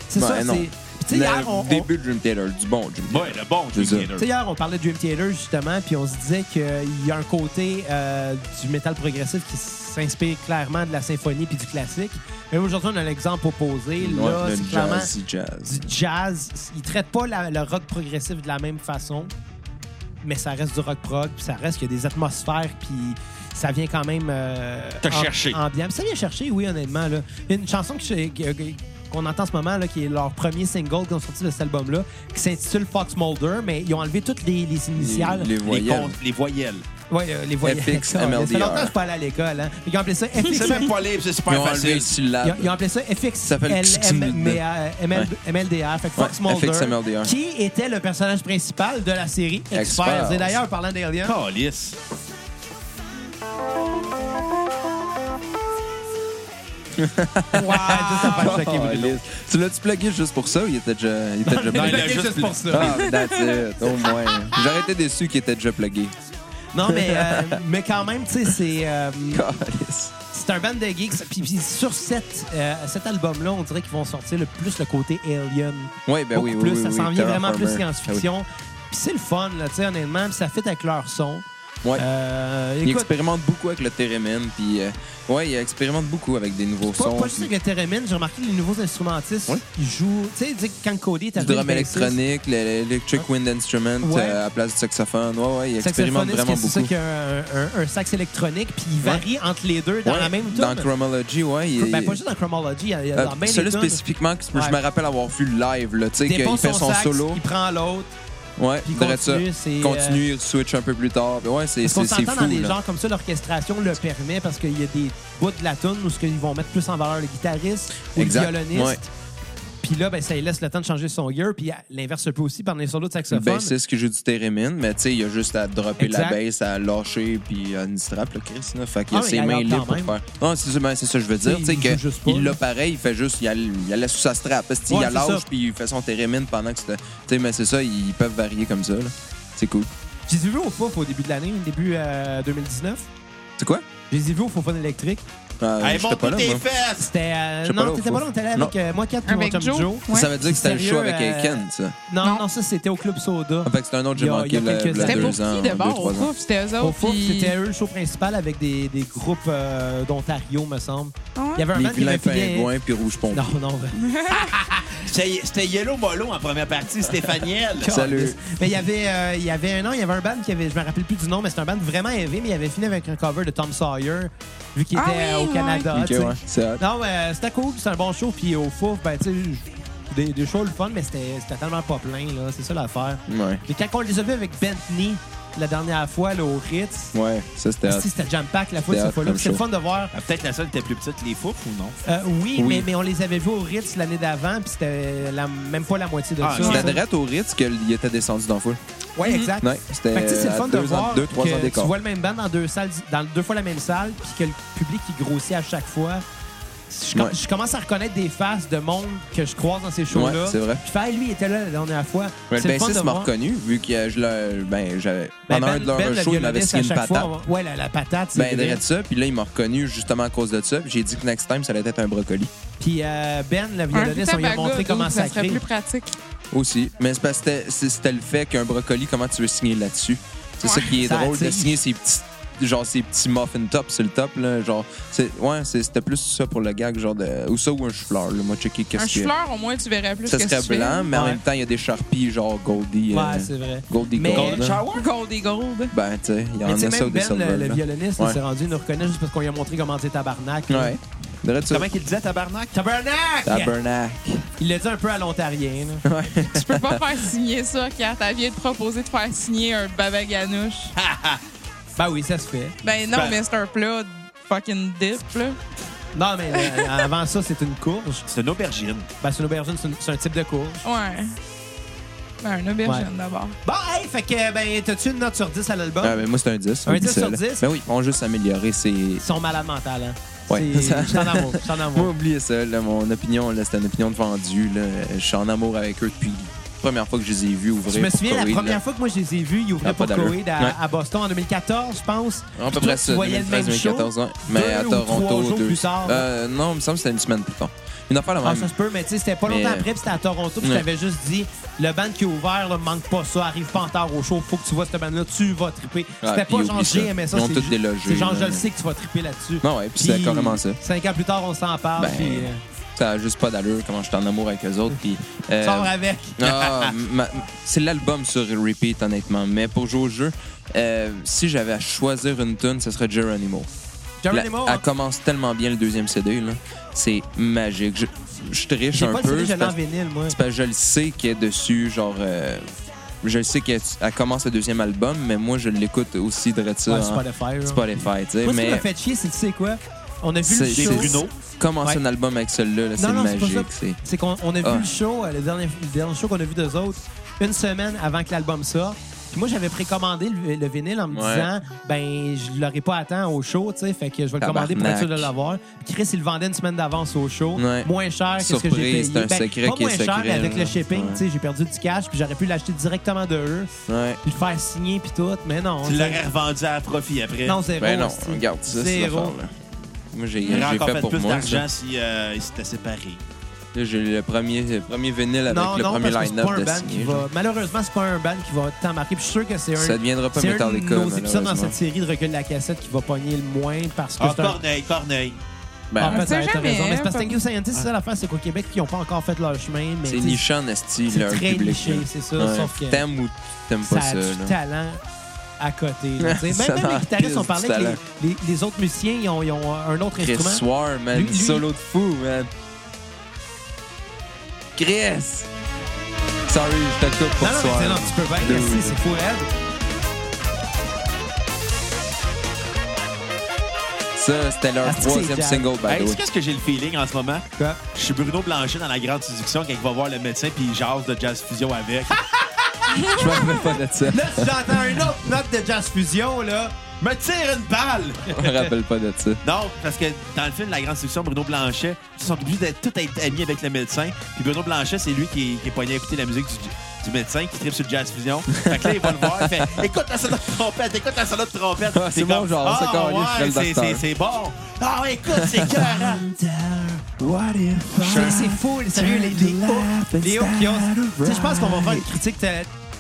[SPEAKER 1] C'est
[SPEAKER 3] Ben,
[SPEAKER 1] ça,
[SPEAKER 3] non.
[SPEAKER 1] c'est. Puis tu sais, hier, on- on-
[SPEAKER 3] Début de Dream Theater, du bon Dream Theater.
[SPEAKER 2] Ouais, le bon Dream
[SPEAKER 3] C'est ça.
[SPEAKER 2] Theater.
[SPEAKER 1] Tu sais, hier, on parlait de Dream Theater, justement, puis on se disait qu'il y a un côté euh, du métal progressif qui s'inspire clairement de la symphonie puis du classique. Mais aujourd'hui, on a l'exemple opposé. Là,
[SPEAKER 3] Mm, Ouais,
[SPEAKER 1] c'est
[SPEAKER 3] le
[SPEAKER 1] clairement
[SPEAKER 3] jazzy jazz.
[SPEAKER 1] du jazz. Ils traitent pas la- le rock progressif de la même façon, mais ça reste du rock prog, puis ça reste qu'il y a des atmosphères, puis ça vient quand même... Euh,
[SPEAKER 2] T'as
[SPEAKER 1] am-
[SPEAKER 2] cherché.
[SPEAKER 1] Ambiant. Puis Ça vient chercher, oui, honnêtement. Là. Il y a une chanson que je- que- que- qu'on entend en ce moment, là, qui est leur premier single qu'ils ont sorti de cet album-là, qui s'intitule Fox Mulder, mais ils ont enlevé toutes les, les initiales.
[SPEAKER 3] Les, les
[SPEAKER 2] Les,
[SPEAKER 3] voyelles.
[SPEAKER 2] con- les voyelles.
[SPEAKER 1] Ouais, euh, les voyelles.
[SPEAKER 3] FX,
[SPEAKER 1] Ça fait longtemps que
[SPEAKER 3] MLDR.
[SPEAKER 1] je suis pas allé à l'école. Hein. Ils ont appelé ça FX.
[SPEAKER 2] C'est même pas libre, c'est
[SPEAKER 3] Ils
[SPEAKER 2] super
[SPEAKER 3] ont enlevé le
[SPEAKER 2] facile.
[SPEAKER 1] Ils ont,
[SPEAKER 3] syllabe.
[SPEAKER 1] ils ont appelé ça FX
[SPEAKER 3] Ça fait le
[SPEAKER 1] LMDR, ML, MLDR, fait que Fox
[SPEAKER 3] Ouais,
[SPEAKER 1] Mulder,
[SPEAKER 3] FX MLDR.
[SPEAKER 1] qui était le personnage principal de la série Experts.
[SPEAKER 3] Experts.
[SPEAKER 1] Et d'ailleurs, parlant d'Alien,
[SPEAKER 2] Calice.
[SPEAKER 4] Wow.
[SPEAKER 1] Ah! pas
[SPEAKER 3] Oh,
[SPEAKER 1] choqué, vous deux.
[SPEAKER 3] Alice. tu l'as-tu plugué juste pour ça ou il était déjà, il était déjà
[SPEAKER 2] Non,
[SPEAKER 1] Il
[SPEAKER 2] il
[SPEAKER 1] l'a
[SPEAKER 2] a
[SPEAKER 3] plugué?
[SPEAKER 1] juste
[SPEAKER 2] juste
[SPEAKER 1] pour ça.
[SPEAKER 3] Ah, that's it, au moins. J'aurais été déçu qu'il était déjà plugué.
[SPEAKER 1] Non, mais, euh,
[SPEAKER 3] Ah.
[SPEAKER 1] mais quand même, tu sais, c'est. euh,
[SPEAKER 3] Calice.
[SPEAKER 1] C'est un band de geeks. Puis, puis sur cette, euh, cet album-là, on dirait qu'ils vont sortir le plus le côté alien.
[SPEAKER 3] Ouais, ben
[SPEAKER 1] Beaucoup
[SPEAKER 3] oui, oui,
[SPEAKER 1] plus.
[SPEAKER 3] oui, Ah
[SPEAKER 1] ça
[SPEAKER 3] oui,
[SPEAKER 1] s'en vient vraiment plus
[SPEAKER 3] Terraformer.
[SPEAKER 1] science-fiction. Puis c'est le fun, là, tu sais, honnêtement. Puis ça fit avec leur son.
[SPEAKER 3] Ouais.
[SPEAKER 1] Euh,
[SPEAKER 3] Il
[SPEAKER 1] écoute,
[SPEAKER 3] expérimente beaucoup avec le theremin, puis euh, ouais, il expérimente beaucoup avec des nouveaux
[SPEAKER 1] pas,
[SPEAKER 3] sons.
[SPEAKER 1] pas juste avec le theremin, j'ai remarqué les nouveaux instrumentistes
[SPEAKER 3] Oui.
[SPEAKER 1] qui jouent. Tu sais, tu sais, quand Cody est
[SPEAKER 3] du
[SPEAKER 1] arrivé, ben,
[SPEAKER 3] drum
[SPEAKER 1] le bassiste, Ah.
[SPEAKER 3] électronique, l'électric wind instrument
[SPEAKER 1] Ouais.
[SPEAKER 3] euh, à la place du saxophone. Ouais, ouais, il expérimente
[SPEAKER 1] saxophoniste,
[SPEAKER 3] vraiment
[SPEAKER 1] que c'est ça
[SPEAKER 3] beaucoup.
[SPEAKER 1] qui a un, un- un sax électronique, puis il varie entre les deux dans
[SPEAKER 3] Ouais,
[SPEAKER 1] la même
[SPEAKER 3] Dans
[SPEAKER 1] tune.
[SPEAKER 3] Chromology, ouais. Il,
[SPEAKER 1] Ben, pas juste dans Chromology, il y a, il y a
[SPEAKER 3] euh,
[SPEAKER 1] dans bien des
[SPEAKER 3] celui
[SPEAKER 1] tunes.
[SPEAKER 3] spécifiquement, que
[SPEAKER 1] Ouais.
[SPEAKER 3] je me rappelle avoir vu live, là, tu sais,
[SPEAKER 1] Il
[SPEAKER 3] qu'il
[SPEAKER 1] dépose
[SPEAKER 3] fait son
[SPEAKER 1] sax,
[SPEAKER 3] solo.
[SPEAKER 1] Il prend l'autre,
[SPEAKER 3] Ouais,
[SPEAKER 1] puis il
[SPEAKER 3] dirait ça.
[SPEAKER 1] continue. c'est, euh,
[SPEAKER 3] Continue, il switch un peu plus tard. Ouais, c'est
[SPEAKER 1] Parce qu'on
[SPEAKER 3] c'est- c'est
[SPEAKER 1] s'entend
[SPEAKER 3] fou.
[SPEAKER 1] dans des
[SPEAKER 3] là.
[SPEAKER 1] genres comme ça, l'orchestration le permet parce qu'il y a des bouts de la tune où ce qu'ils vont mettre plus en valeur le guitariste ou
[SPEAKER 3] Exact,
[SPEAKER 1] le violoniste.
[SPEAKER 3] ouais.
[SPEAKER 1] Puis là, ben, ça lui laisse le temps de changer son gear. Puis à- l'inverse se peut aussi par les solos de
[SPEAKER 3] Le
[SPEAKER 1] saxophone.
[SPEAKER 3] bassiste qui joue du theremin, mais tu sais, il a juste à dropper
[SPEAKER 1] Exact.
[SPEAKER 3] la baisse, à lâcher, puis à une strap, le Chris. Là. Fait qu'il
[SPEAKER 1] Ah,
[SPEAKER 3] a
[SPEAKER 1] mais
[SPEAKER 3] ses
[SPEAKER 1] il
[SPEAKER 3] mains
[SPEAKER 1] regarde
[SPEAKER 3] libres
[SPEAKER 1] quand
[SPEAKER 3] pour faire. Non, c'est ça, ben, c'est ça que je veux dire.
[SPEAKER 1] Il
[SPEAKER 3] Tu sais,
[SPEAKER 1] joue
[SPEAKER 3] que
[SPEAKER 1] juste pas,
[SPEAKER 3] il
[SPEAKER 1] là.
[SPEAKER 3] l'a pareil, il fait juste, il a, il a la sous sa strap, parce qu'il
[SPEAKER 1] Ouais,
[SPEAKER 3] la
[SPEAKER 1] c'est
[SPEAKER 3] lâche,
[SPEAKER 1] ça.
[SPEAKER 3] puis il fait son theremin pendant que c'est. Tu sais, mais c'est ça, ils peuvent varier comme ça. là. C'est cool.
[SPEAKER 1] J'ai vu au FOF au début de l'année, début euh, 2019.
[SPEAKER 3] C'est quoi?
[SPEAKER 1] J'ai vu au Fofon électrique.
[SPEAKER 3] Euh,
[SPEAKER 2] Hey,
[SPEAKER 3] j'étais
[SPEAKER 2] monte
[SPEAKER 3] pas là,
[SPEAKER 2] tes
[SPEAKER 3] moi.
[SPEAKER 2] fesses!
[SPEAKER 1] C'était. euh,
[SPEAKER 3] J'étais pas là
[SPEAKER 1] non,
[SPEAKER 3] au
[SPEAKER 1] t'étais pas
[SPEAKER 3] Faux.
[SPEAKER 1] là, on était là
[SPEAKER 3] Non.
[SPEAKER 1] avec euh, moi, Kat, puis mon
[SPEAKER 4] Avec
[SPEAKER 1] chum
[SPEAKER 4] Joe.
[SPEAKER 1] Joe.
[SPEAKER 4] ouais.
[SPEAKER 3] Ça veut dire que c'était le show
[SPEAKER 1] Sérieux,
[SPEAKER 3] avec
[SPEAKER 1] euh,
[SPEAKER 3] Aiken, ça.
[SPEAKER 1] Non, non,
[SPEAKER 4] Non.
[SPEAKER 1] ça, c'était au Club Soda.
[SPEAKER 3] En fait, c'est un autre que
[SPEAKER 1] il y
[SPEAKER 3] j'ai
[SPEAKER 1] a- il y
[SPEAKER 3] manqué
[SPEAKER 1] a
[SPEAKER 3] le,
[SPEAKER 1] quelques
[SPEAKER 3] le
[SPEAKER 1] années.
[SPEAKER 4] C'était pour
[SPEAKER 3] deux ans,
[SPEAKER 4] qui
[SPEAKER 3] deux,
[SPEAKER 4] d'abord
[SPEAKER 3] trois
[SPEAKER 4] au
[SPEAKER 3] ans.
[SPEAKER 4] fouf? C'était eux
[SPEAKER 1] Au
[SPEAKER 4] autres.
[SPEAKER 1] Fouf,
[SPEAKER 4] Oh, puis-
[SPEAKER 1] c'était eux le show principal avec des, des groupes euh, d'Ontario, me semble.
[SPEAKER 4] Ah ouais?
[SPEAKER 1] Il y avait un
[SPEAKER 3] Les
[SPEAKER 1] band qui
[SPEAKER 3] vilains
[SPEAKER 1] avait filé-
[SPEAKER 3] pingouins, puis rouge pompe.
[SPEAKER 1] Non, non, ben-
[SPEAKER 2] C'était c'était Yellow Molo en première partie, Stéphaniel.
[SPEAKER 3] Salut.
[SPEAKER 1] Mais il y avait, euh, il y avait un an, il y avait un band qui avait, je me rappelle plus du nom, mais c'était un band vraiment élevé, mais il avait fini avec un cover de Tom Sawyer, vu qu'il
[SPEAKER 4] Ah
[SPEAKER 1] était euh,
[SPEAKER 4] oui,
[SPEAKER 1] au
[SPEAKER 4] ouais.
[SPEAKER 1] Canada.
[SPEAKER 3] Ok,
[SPEAKER 1] tu sais.
[SPEAKER 3] ouais, c'est hot.
[SPEAKER 1] Non, mais euh, c'était cool, c'était un bon show, puis au fouf, ben, tu sais, j- des, des shows le fun, mais c'était c'était tellement pas plein, là, c'est ça l'affaire.
[SPEAKER 3] Ouais,
[SPEAKER 1] Mais quand on les a vus avec Bentley la dernière fois, là, au Ritz,
[SPEAKER 3] ouais, ça c'était hot.
[SPEAKER 1] si, c'était Jam Pack la fois de cette
[SPEAKER 3] C'était hot
[SPEAKER 1] fois-là,
[SPEAKER 3] comme
[SPEAKER 1] c'était le
[SPEAKER 3] show.
[SPEAKER 1] fun de voir.
[SPEAKER 2] Ah, Peut-être la seule était plus petite, les foufs ou non?
[SPEAKER 1] Euh, oui,
[SPEAKER 3] Oui.
[SPEAKER 1] Mais, mais on les avait vus au Ritz l'année d'avant, puis c'était la- même pas la moitié de
[SPEAKER 2] Ah,
[SPEAKER 1] ça.
[SPEAKER 2] c'était
[SPEAKER 3] C'était direct au Ritz qu'il était descendu dans le full.
[SPEAKER 1] Ouais, exact.
[SPEAKER 3] Ouais, c'était
[SPEAKER 1] Fait que, tu sais, c'est le
[SPEAKER 3] à
[SPEAKER 1] fun de
[SPEAKER 3] deux ans-
[SPEAKER 1] voir
[SPEAKER 3] deux, trois ans
[SPEAKER 1] que tu
[SPEAKER 3] d'écart.
[SPEAKER 1] vois le même band dans deux salles, dans deux fois la même salle, puis que le public qui grossit à chaque fois. Je, com-
[SPEAKER 3] Ouais.
[SPEAKER 1] je commence à reconnaître des faces de monde que je croise dans ces shows-là.
[SPEAKER 3] Ouais, c'est vrai.
[SPEAKER 1] Puis fait, lui, il était là la dernière fois.
[SPEAKER 3] Ouais, le
[SPEAKER 1] c'est le fun
[SPEAKER 3] bassiste
[SPEAKER 1] de
[SPEAKER 3] m'a
[SPEAKER 1] voir.
[SPEAKER 3] reconnu, vu que euh, je l'ai- ben, j'avais.
[SPEAKER 1] Ben,
[SPEAKER 3] Pendant un
[SPEAKER 1] Ben-
[SPEAKER 3] de leurs
[SPEAKER 1] Ben, le
[SPEAKER 3] shows, il m'avait
[SPEAKER 1] violoniste,
[SPEAKER 3] signé une
[SPEAKER 1] à chaque
[SPEAKER 3] patate.
[SPEAKER 1] fois, on- ouais, la, la patate, c'est vrai.
[SPEAKER 3] ben, direct ça, puis là, il m'a reconnu justement à cause de ça, puis j'ai dit que next time, ça allait être un brocoli.
[SPEAKER 1] Puis euh, Ben, le
[SPEAKER 4] Un
[SPEAKER 1] violoniste, on lui a
[SPEAKER 4] Tabaga,
[SPEAKER 1] montré
[SPEAKER 4] dude,
[SPEAKER 1] comment
[SPEAKER 4] ça
[SPEAKER 1] ça
[SPEAKER 4] serait
[SPEAKER 1] crée.
[SPEAKER 4] plus pratique.
[SPEAKER 3] Aussi. Mais c'est parce que c'était- c'est- c'était le fait qu'un brocoli, comment tu veux signer là-dessus? C'est ça
[SPEAKER 4] Ouais.
[SPEAKER 3] qui est
[SPEAKER 1] Ça
[SPEAKER 3] drôle, de
[SPEAKER 1] attire.
[SPEAKER 3] signer ces petits. Genre, ces petits muffin tops sur le top, là. Genre, c'est- ouais, c'est- c'était plus ça pour le gag, genre de. Ou ça ou un chou-fleur, là. Moi, checker
[SPEAKER 4] Un
[SPEAKER 3] qu'est-ce que.
[SPEAKER 4] chou-fleur, au moins, tu verrais plus
[SPEAKER 3] Ça
[SPEAKER 4] que
[SPEAKER 3] serait
[SPEAKER 4] ce que tu
[SPEAKER 3] blanc, mais en
[SPEAKER 1] Ouais.
[SPEAKER 3] même temps, il y a des charpies, genre Goldie. euh,
[SPEAKER 1] Ouais, c'est vrai.
[SPEAKER 3] Goldie
[SPEAKER 1] Mais-
[SPEAKER 3] Gold.
[SPEAKER 2] Golden
[SPEAKER 3] là.
[SPEAKER 2] Shower?
[SPEAKER 4] fais. Goldie Gold.
[SPEAKER 3] Ben, tu sais, il y
[SPEAKER 1] Mais
[SPEAKER 3] en a
[SPEAKER 1] tu sais,
[SPEAKER 3] ça ou
[SPEAKER 1] même
[SPEAKER 3] des
[SPEAKER 1] Ben, le- le,
[SPEAKER 3] Silver, là.
[SPEAKER 1] violoniste,
[SPEAKER 3] Ouais.
[SPEAKER 1] il s'est rendu, il nous reconnaît juste parce qu'on lui a montré comment dire tabarnak.
[SPEAKER 3] Ouais. Dirais-tu ça?
[SPEAKER 2] Comment qu'il disait, tabarnak?
[SPEAKER 1] Tabarnak!
[SPEAKER 3] Tabernac.
[SPEAKER 1] Il l'a dit un peu à l'ontarien. là.
[SPEAKER 4] Tu peux pas faire signer ça, car t'as vient de proposer de faire signer un baba ganouche.
[SPEAKER 1] Ben oui, ça se fait.
[SPEAKER 4] Ben non,
[SPEAKER 2] Ben-
[SPEAKER 4] mais c'est un plat de fucking dip, là.
[SPEAKER 1] Non, mais euh, avant ça, c'est une courge.
[SPEAKER 2] C'est une aubergine.
[SPEAKER 1] Ben, c'est une aubergine, c'est une- c'est un type de courge.
[SPEAKER 4] Ouais. Ben, un aubergine
[SPEAKER 1] Ouais.
[SPEAKER 4] d'abord.
[SPEAKER 1] Bon, hey, fait que, ben, t'as-tu une note sur 10 à l'album?
[SPEAKER 3] Ah, ben, moi, c'est un 10.
[SPEAKER 1] Un
[SPEAKER 3] oublie
[SPEAKER 1] 10 sur
[SPEAKER 3] ça, là.
[SPEAKER 1] 10?
[SPEAKER 3] Ben oui, on juste améliorer. C'est.
[SPEAKER 1] Ils sont malades mentales, hein?
[SPEAKER 3] Ouais.
[SPEAKER 1] C'est- Je suis en amour, je suis en
[SPEAKER 3] Moi,
[SPEAKER 1] amour.
[SPEAKER 3] oubliez ça. Là, mon opinion, là, c'est une opinion de vendu. Là. Je suis en amour avec eux depuis la première fois que je les ai vus ouvrir.
[SPEAKER 1] Je me
[SPEAKER 3] pour
[SPEAKER 1] souviens, la
[SPEAKER 3] Koweït, là.
[SPEAKER 1] première fois que moi, je les ai vus, ils ouvraient
[SPEAKER 3] Ah, pas
[SPEAKER 1] pour
[SPEAKER 3] d'allure.
[SPEAKER 1] Coed à,
[SPEAKER 3] Ouais.
[SPEAKER 1] à Boston en 2014, je pense.
[SPEAKER 3] À peu
[SPEAKER 1] Toi,
[SPEAKER 3] près
[SPEAKER 1] tu
[SPEAKER 3] ça,
[SPEAKER 1] voyais le même
[SPEAKER 3] 2013, 2014, ouais. Mais
[SPEAKER 1] deux
[SPEAKER 3] à
[SPEAKER 1] ou trois
[SPEAKER 3] Toronto,
[SPEAKER 1] jours
[SPEAKER 3] deux.
[SPEAKER 1] plus tard.
[SPEAKER 3] Euh, non, il me semble que c'était une semaine plus tard. Une affaire la
[SPEAKER 1] Ah,
[SPEAKER 3] même.
[SPEAKER 1] ça se peut, mais tu sais, c'était pas
[SPEAKER 3] Mais-
[SPEAKER 1] longtemps après, puis c'était à Toronto, puis je
[SPEAKER 3] Ouais.
[SPEAKER 1] t'avais juste dit, le band qui est ouvert, là, manque pas ça, arrive pas en retard au show, faut que tu vois ce band-là, tu vas triper. C'était
[SPEAKER 3] Ah, puis
[SPEAKER 1] pas genre
[SPEAKER 3] oublie ça.
[SPEAKER 1] j'ai aimé ça.
[SPEAKER 3] Ils ont
[SPEAKER 1] c'est
[SPEAKER 3] tous
[SPEAKER 1] ju-
[SPEAKER 3] délogé,
[SPEAKER 1] C'est genre, je
[SPEAKER 3] là.
[SPEAKER 1] le sais que tu vas triper là-dessus.
[SPEAKER 3] Non, ouais, puis c'était carrément ça.
[SPEAKER 1] Cinq ans plus tard, on s'en parle,
[SPEAKER 3] Ben,
[SPEAKER 1] puis euh,
[SPEAKER 3] Ça a juste pas d'allure comment je suis en amour avec eux autres. Puis, euh,
[SPEAKER 1] sors avec.
[SPEAKER 3] Ah, ma- c'est l'album sur repeat, honnêtement. Mais pour jouer au jeu, euh, si j'avais à choisir une tune, ce serait Geronimo.
[SPEAKER 1] Geronimo,
[SPEAKER 3] La-
[SPEAKER 1] hein?
[SPEAKER 3] elle commence tellement bien le deuxième CD. là. C'est magique. Je, je triche
[SPEAKER 1] J'ai
[SPEAKER 3] un
[SPEAKER 1] pas le
[SPEAKER 3] peu.
[SPEAKER 1] CD, je
[SPEAKER 3] c'est
[SPEAKER 1] l'ai en
[SPEAKER 3] parce,
[SPEAKER 1] vinyle, moi.
[SPEAKER 3] c'est parce que je le sais qu'il est dessus. Genre, euh, je le sais qu'elle elle commence le deuxième album, mais moi, je l'écoute aussi de ça.
[SPEAKER 1] Ouais,
[SPEAKER 3] en
[SPEAKER 1] Spotify. là.
[SPEAKER 3] Spotify, tu sais.
[SPEAKER 1] Moi, ce qui m'a
[SPEAKER 3] mais
[SPEAKER 1] fait chier, c'est tu sais quoi? On a vu le
[SPEAKER 3] c'est
[SPEAKER 1] show.
[SPEAKER 3] c'est-
[SPEAKER 2] Bruno.
[SPEAKER 3] Commencer
[SPEAKER 1] Ouais.
[SPEAKER 3] un album avec celui-là, là, c'est
[SPEAKER 1] Non, non, c'est pas ça.
[SPEAKER 3] magique. c'est-
[SPEAKER 1] C'est qu'on on a vu
[SPEAKER 3] Ah.
[SPEAKER 1] le show, euh, le dernier, le dernier show qu'on a vu d'eux autres, une semaine avant que l'album sorte. Puis moi, j'avais précommandé le, le vinyle en me
[SPEAKER 3] Ouais.
[SPEAKER 1] disant, ben, je l'aurai pas à temps au show, tu sais, fait que je vais le commander pour être sûr de
[SPEAKER 3] Tabarnak.
[SPEAKER 1] l'avoir. Puis Chris, il le vendait une semaine d'avance au show.
[SPEAKER 3] Ouais.
[SPEAKER 1] Moins cher que ce que j'ai
[SPEAKER 3] Surprise,
[SPEAKER 1] payé.
[SPEAKER 3] c'est un
[SPEAKER 1] Ben,
[SPEAKER 3] secret
[SPEAKER 1] pas
[SPEAKER 3] qui est
[SPEAKER 1] moins cher,
[SPEAKER 3] secret,
[SPEAKER 1] mais avec
[SPEAKER 3] là.
[SPEAKER 1] le shipping,
[SPEAKER 3] Ouais.
[SPEAKER 1] tu sais, j'ai perdu du cash, puis j'aurais pu l'acheter directement de eux,
[SPEAKER 3] Ouais.
[SPEAKER 1] puis le faire signer, puis tout. Mais non.
[SPEAKER 2] Tu
[SPEAKER 1] ça-
[SPEAKER 2] l'aurais revendu à profit après.
[SPEAKER 1] Non, zéro.
[SPEAKER 3] Ben non,
[SPEAKER 1] hostie.
[SPEAKER 3] regarde ça, c'est
[SPEAKER 1] Zéro.
[SPEAKER 3] l'affaire, là. Moi, j'ai
[SPEAKER 2] Il
[SPEAKER 3] j'ai
[SPEAKER 2] aurait encore
[SPEAKER 3] fait
[SPEAKER 2] fait
[SPEAKER 3] pour
[SPEAKER 2] plus
[SPEAKER 3] moi. ça.
[SPEAKER 2] d'argent s'il si, euh, il s'était séparé.
[SPEAKER 3] Là, j'ai le premier, le premier vinyle avec
[SPEAKER 1] non,
[SPEAKER 3] le
[SPEAKER 1] non,
[SPEAKER 3] premier
[SPEAKER 1] parce que c'est pas
[SPEAKER 3] line-up
[SPEAKER 1] un
[SPEAKER 3] de
[SPEAKER 1] band qui
[SPEAKER 3] signer.
[SPEAKER 1] va. Malheureusement, c'est pas un band qui va tant marquer. Puis je suis sûr que c'est un.
[SPEAKER 3] Ça deviendra pas
[SPEAKER 1] c'est un de
[SPEAKER 3] Metallica,
[SPEAKER 1] nos épisodes dans
[SPEAKER 3] malheureusement.
[SPEAKER 1] cette série de recul de la cassette qui va pogner le moins parce que
[SPEAKER 2] Ah,
[SPEAKER 1] c'est un-
[SPEAKER 2] Corneille, Corneille.
[SPEAKER 3] Ben,
[SPEAKER 1] Ah,
[SPEAKER 4] On sait
[SPEAKER 1] peut-être, t'as
[SPEAKER 4] jamais,
[SPEAKER 1] raison. Mais c'est parce
[SPEAKER 4] hein,
[SPEAKER 1] que Thank You Scientist, c'est ça l'affaire, c'est qu'au Québec, ils n'ont pas encore fait leur chemin. mais
[SPEAKER 3] c'est
[SPEAKER 1] tu sais,
[SPEAKER 3] niché en esti,
[SPEAKER 1] C'est
[SPEAKER 3] leur
[SPEAKER 1] très
[SPEAKER 3] public.
[SPEAKER 1] niché,
[SPEAKER 3] là.
[SPEAKER 1] c'est ça.
[SPEAKER 3] Ouais.
[SPEAKER 1] Sauf que
[SPEAKER 3] T'aimes ou t'aimes
[SPEAKER 1] ça
[SPEAKER 3] pas
[SPEAKER 1] a
[SPEAKER 3] ça.
[SPEAKER 1] du
[SPEAKER 3] là.
[SPEAKER 1] talent à côté. là, tu sais.
[SPEAKER 3] Ça
[SPEAKER 1] même, même
[SPEAKER 3] en
[SPEAKER 1] les guitaristes, on
[SPEAKER 3] pisse
[SPEAKER 1] parlait
[SPEAKER 3] du
[SPEAKER 1] que les,
[SPEAKER 3] talent.
[SPEAKER 1] les- les autres musiciens, ils ont, ils ont un autre
[SPEAKER 3] Chris
[SPEAKER 1] instrument.
[SPEAKER 3] Soir, man.
[SPEAKER 1] Lui- lui-
[SPEAKER 3] Solo de fou, man. Chris! Sorry, je te coupe pour
[SPEAKER 1] non, non,
[SPEAKER 3] Soir.
[SPEAKER 1] mais c'est non, tu peux bien,
[SPEAKER 3] Dude.
[SPEAKER 1] merci, c'est fou, raide.
[SPEAKER 3] Ça, c'était leur
[SPEAKER 1] Est-ce que c'est
[SPEAKER 3] troisième
[SPEAKER 1] jazz?
[SPEAKER 3] single, by the
[SPEAKER 2] Hey,
[SPEAKER 3] way.
[SPEAKER 2] tu sais qu'est-ce que j'ai le feeling en ce moment?
[SPEAKER 1] Quoi?
[SPEAKER 2] Je suis Bruno Blanchet dans la grande séduction quand il va voir le médecin puis il jase de jazz fusion avec.
[SPEAKER 3] Je m'en rappelle pas de ça.
[SPEAKER 1] Là, si j'entends une autre note de jazz fusion, là.
[SPEAKER 2] Me tire une balle!
[SPEAKER 3] Je me rappelle pas de ça.
[SPEAKER 2] Non, parce que dans le film La Grande Séduction, Bruno Blanchet, ils sont obligés d'être tous être amis avec le médecin. Puis Bruno Blanchet, c'est lui qui, qui est poigné à écouter la musique du, du médecin, qui tripe sur le jazz fusion. Fait que là, il va le voir, il fait Écoute la solo de trompette, écoute la solo de trompette.
[SPEAKER 3] Ah, c'est
[SPEAKER 2] T'es
[SPEAKER 3] mon
[SPEAKER 2] comme,
[SPEAKER 3] genre, c'est
[SPEAKER 2] Ah,
[SPEAKER 3] carré, je serais le
[SPEAKER 2] ouais, c'est-
[SPEAKER 3] docteur.
[SPEAKER 2] c'est- C'est bon. Ah, ouais, écoute, c'est carré.
[SPEAKER 1] C'est c'est fou, sérieux, les, les hooks, les hooks qu'ils ont. Tu sais, je pense qu'on va faire une critique t'as-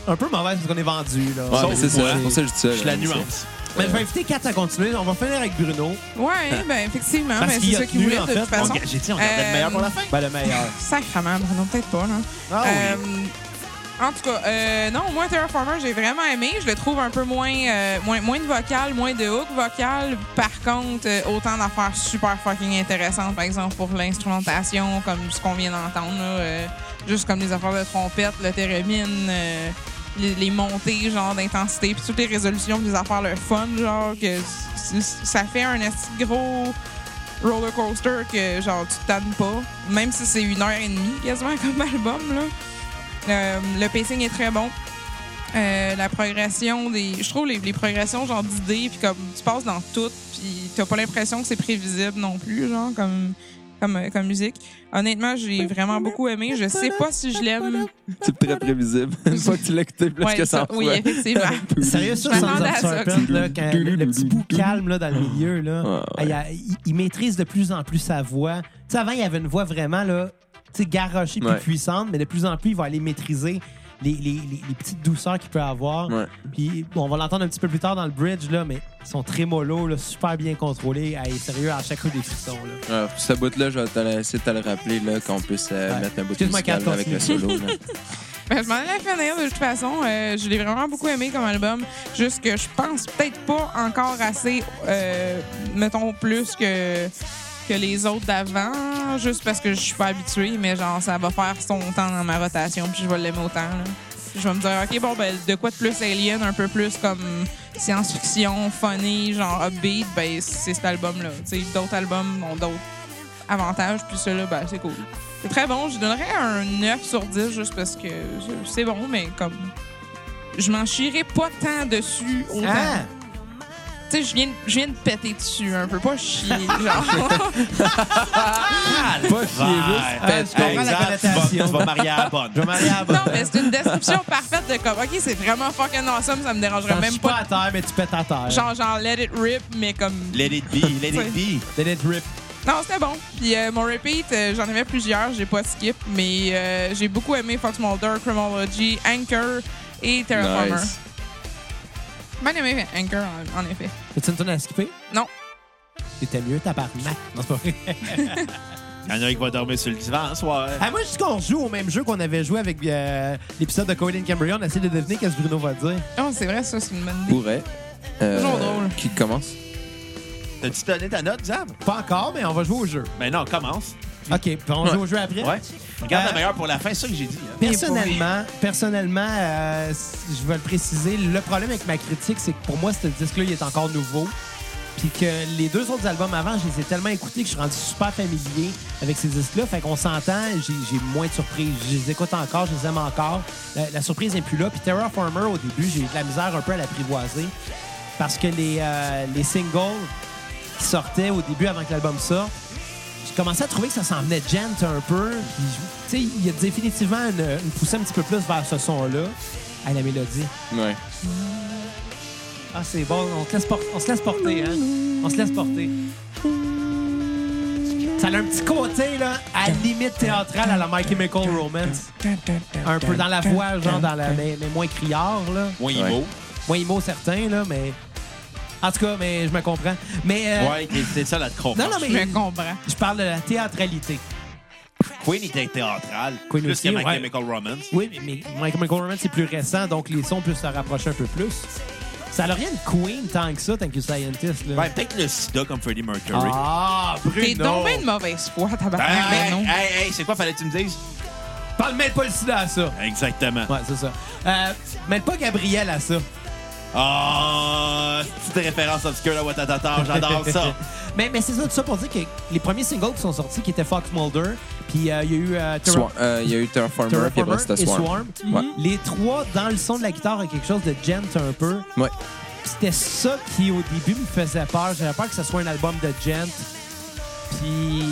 [SPEAKER 1] un peu mauvaise parce qu'on est vendu, là.
[SPEAKER 3] Ouais,
[SPEAKER 2] Sauf
[SPEAKER 3] mais c'est
[SPEAKER 2] moi.
[SPEAKER 3] ça. C'est pour ça que je dis ça.
[SPEAKER 2] Je
[SPEAKER 3] là,
[SPEAKER 2] la
[SPEAKER 3] mais Euh, c'est-
[SPEAKER 2] nuance.
[SPEAKER 1] Mais je vais inviter Kat à continuer. On va finir avec Bruno.
[SPEAKER 4] Ouais, ben effectivement,
[SPEAKER 1] Parce
[SPEAKER 4] ben,
[SPEAKER 1] qu'il
[SPEAKER 4] c'est
[SPEAKER 1] a
[SPEAKER 4] ça qu'ils
[SPEAKER 1] tenu,
[SPEAKER 4] voulaient
[SPEAKER 1] en
[SPEAKER 4] de
[SPEAKER 1] fait,
[SPEAKER 4] toute
[SPEAKER 2] On
[SPEAKER 4] façon.
[SPEAKER 2] ga- J'ai dit, on gardait le meilleur pour la fin.
[SPEAKER 1] Ben, le meilleur.
[SPEAKER 4] Sacrement, Bruno, peut-être pas, là.
[SPEAKER 2] Ah,
[SPEAKER 4] Euh, en tout cas, euh, non, moi, Terraformer, j'ai vraiment aimé. Je le trouve un peu moins, euh, moins, moins de vocal, moins de hook vocal. Par contre, euh, autant d'affaires super fucking intéressantes, par exemple, pour l'instrumentation, comme ce qu'on vient d'entendre, là, euh, juste comme les affaires de trompette, le thérémine, euh, les, les montées, genre, d'intensité, puis toutes les résolutions, puis les affaires, le fun, genre, que c- c- ça fait un esti de gros roller coaster que genre tu te tannes pas, même si c'est une heure et demie quasiment comme album là. Euh, le pacing est très bon. Euh, la progression des je trouve les, les progressions genre d'idées puis comme tu passes dans tout puis t'as pas l'impression que c'est prévisible non plus genre comme comme, euh, comme musique. Honnêtement, j'ai vraiment beaucoup aimé. Je sais pas si je l'aime.
[SPEAKER 3] C'est très prévisible. Une fois que tu l'as écouté plus
[SPEAKER 4] Ouais,
[SPEAKER 3] que
[SPEAKER 4] ça-
[SPEAKER 3] 100
[SPEAKER 4] oui, Bah,
[SPEAKER 3] fois.
[SPEAKER 4] effectivement.
[SPEAKER 1] Sérieux, ça,
[SPEAKER 4] Je
[SPEAKER 1] sans
[SPEAKER 4] m'attendais à ça.
[SPEAKER 1] Serpent, là, quand le, le petit bout calme là, dans le milieu, là,
[SPEAKER 3] Ouais, ouais.
[SPEAKER 1] il y a- il, il maîtrise de plus en plus sa voix. Tu sais, avant, il avait une voix vraiment là, tu sais, garochée puis
[SPEAKER 3] Ouais.
[SPEAKER 1] puissante, mais de plus en plus, il va aller maîtriser les, les- les- les petites douceurs qu'il peut avoir.
[SPEAKER 3] Ouais.
[SPEAKER 1] Puis bon, on va l'entendre un petit peu plus tard dans le bridge, là, mais ils sont très mollo, là, super bien contrôlés. Hey, sérieux, à chaque coup des frissons. Là.
[SPEAKER 3] Ouais, pour ce bout-là, je vais te laisser te le rappeler là, qu'on puisse euh,
[SPEAKER 1] Ouais.
[SPEAKER 3] mettre un bout de
[SPEAKER 1] Excuse-moi,
[SPEAKER 3] musical
[SPEAKER 1] Kat,
[SPEAKER 3] avec le
[SPEAKER 1] continue.
[SPEAKER 3] solo. là.
[SPEAKER 4] Ben, je m'en allais finir de toute façon. Euh, je l'ai vraiment beaucoup aimé comme album. Juste que je pense peut-être pas encore assez, euh, mettons, plus que, que les autres d'avant. Juste parce que je suis pas habituée, mais genre, ça va faire son temps dans ma rotation, puis je vais l'aimer autant. là. Je vais me dire, OK, bon, ben, de quoi de plus alien, un peu plus comme science-fiction, funny, genre upbeat, ben, c'est cet album-là. Tu sais, D'autres albums ont d'autres avantages, puis celui-là, ben, c'est cool. C'est très bon. Je donnerais un 9 sur 10 juste parce que je- c'est bon, mais comme. Je m'en chierais pas tant dessus autant.
[SPEAKER 1] Ah!
[SPEAKER 4] Tu sais, je viens, de- je viens de péter dessus un peu, pas chier, genre.
[SPEAKER 3] Pas chier, juste
[SPEAKER 1] Ah,
[SPEAKER 3] pète
[SPEAKER 1] je comprends la
[SPEAKER 2] Exact, tu vas-
[SPEAKER 1] connotation.
[SPEAKER 2] Tu vas marier à la bonne.
[SPEAKER 1] Je vais m'aller à Ah, la bonne.
[SPEAKER 4] non, mais c'est une description parfaite de comme, OK, c'est vraiment fucking awesome, ça me dérangerait
[SPEAKER 1] T'en
[SPEAKER 4] même
[SPEAKER 1] suis pas
[SPEAKER 4] pas.
[SPEAKER 1] à terre, mais tu pètes à terre.
[SPEAKER 4] Genre, genre, let it rip, mais comme.
[SPEAKER 2] Let it be, let it be.
[SPEAKER 1] Let it rip.
[SPEAKER 4] Non, c'était bon. Puis euh, mon repeat, euh, j'en avais plusieurs, j'ai pas skip, mais euh, j'ai beaucoup aimé Fox Mulder, Cromology, Anchor et Terraformer.
[SPEAKER 3] Nice.
[SPEAKER 4] Bien aimé Anchor, en- en effet.
[SPEAKER 1] As-tu une tonne à skipper?
[SPEAKER 4] Non.
[SPEAKER 1] C'était mieux, tabarnak. Non, c'est pas vrai.
[SPEAKER 2] Il y en a un qui va dormir sur le divan ce soir.
[SPEAKER 1] Ah, moi, je dis qu'on joue au même jeu qu'on avait joué avec euh, l'épisode de Cohen Cambria. On essaie de deviner qu'est-ce que Bruno va dire.
[SPEAKER 4] Oh, c'est vrai, ça, c'est une bonne idée.
[SPEAKER 3] Pourrait. Euh,
[SPEAKER 4] Toujours drôle.
[SPEAKER 3] Qui commence?
[SPEAKER 2] T'as-tu donné ta note, Zab?
[SPEAKER 1] Pas encore, mais on va jouer au jeu.
[SPEAKER 2] Ben non, commence.
[SPEAKER 1] OK, puis on joue au jeu après.
[SPEAKER 2] Ouais. Regarde
[SPEAKER 1] Euh,
[SPEAKER 2] la meilleure pour la fin, c'est ça que j'ai dit. hein.
[SPEAKER 1] Personnellement, personnellement euh, je vais le préciser, le problème avec ma critique, c'est que pour moi, ce disque-là, il est encore nouveau. Puis que les deux autres albums avant, je les ai tellement écoutés que je suis rendu super familier avec ces disques-là. Fait qu'on s'entend, j'ai j'ai moins de surprises. Je les écoute encore, je les aime encore. La, la surprise n'est plus là. Puis Terraformer, au début, j'ai eu de la misère un peu à l'apprivoiser. Parce que les, euh, les singles qui sortaient au début avant que l'album sorte, je commençais à trouver que ça s'en venait gent un peu. Puis, je- tu sais, il y a définitivement une, une poussée un petit peu plus vers ce son-là. à la mélodie.
[SPEAKER 3] Ouais.
[SPEAKER 1] Ah, c'est bon. On se, laisse por- on se laisse porter, hein? On se laisse porter. Ça a un petit côté, là, à la limite théâtrale à la My Chemical Romance. Un peu dans la voix, genre, dans la, mais, mais moins criard, là.
[SPEAKER 2] Moins
[SPEAKER 3] Ouais.
[SPEAKER 2] emo.
[SPEAKER 1] Moins immo certain, là, mais... En tout cas, mais je me comprends. Mais... euh,
[SPEAKER 2] Ouais, c'est- c'est ça la croix.
[SPEAKER 1] Non, non, mais
[SPEAKER 4] Je comprends.
[SPEAKER 1] je parle de la théâtralité.
[SPEAKER 2] Queen était théâtrale.
[SPEAKER 1] Queen
[SPEAKER 2] plus
[SPEAKER 1] aussi,
[SPEAKER 2] que My
[SPEAKER 1] ouais.
[SPEAKER 2] Chemical Romance.
[SPEAKER 1] Oui, mais, mais My Chemical Romance, c'est plus récent, donc les sons peuvent se rapprocher un peu plus. Ça n'a rien de Queen tant que ça, Thank You Scientist. Là.
[SPEAKER 2] Ouais, peut-être le sida comme Freddie Mercury.
[SPEAKER 1] Ah, Bruno!
[SPEAKER 4] T'es donc bien de mauvaise foi,
[SPEAKER 2] Ben,
[SPEAKER 4] tabarnak. Ben
[SPEAKER 3] ah,
[SPEAKER 4] non.
[SPEAKER 2] hey, hey, c'est quoi, fallait que tu me dises?
[SPEAKER 1] Parle même pas le sida à ça.
[SPEAKER 2] Exactement.
[SPEAKER 1] Ouais, c'est ça. Euh, mêle pas Gabriel à ça.
[SPEAKER 2] Ah, petite référence obscure à Watatata, j'adore ça.
[SPEAKER 1] mais mais c'est ça, tout ça pour dire que les premiers singles qui sont sortis, qui étaient Fox Mulder, puis euh, il y a eu euh, Terra-
[SPEAKER 3] Swa- euh, Il y a eu Terraformer, puis
[SPEAKER 1] Terraformer
[SPEAKER 3] après, c'était
[SPEAKER 1] et
[SPEAKER 3] Swarm.
[SPEAKER 1] Swarm.
[SPEAKER 3] Ouais.
[SPEAKER 1] Les trois, dans le son de la guitare, il y a quelque chose de gent un peu.
[SPEAKER 3] Ouais.
[SPEAKER 1] C'était ça qui, au début, me faisait peur. J'avais peur que ce soit un album de gent. Puis,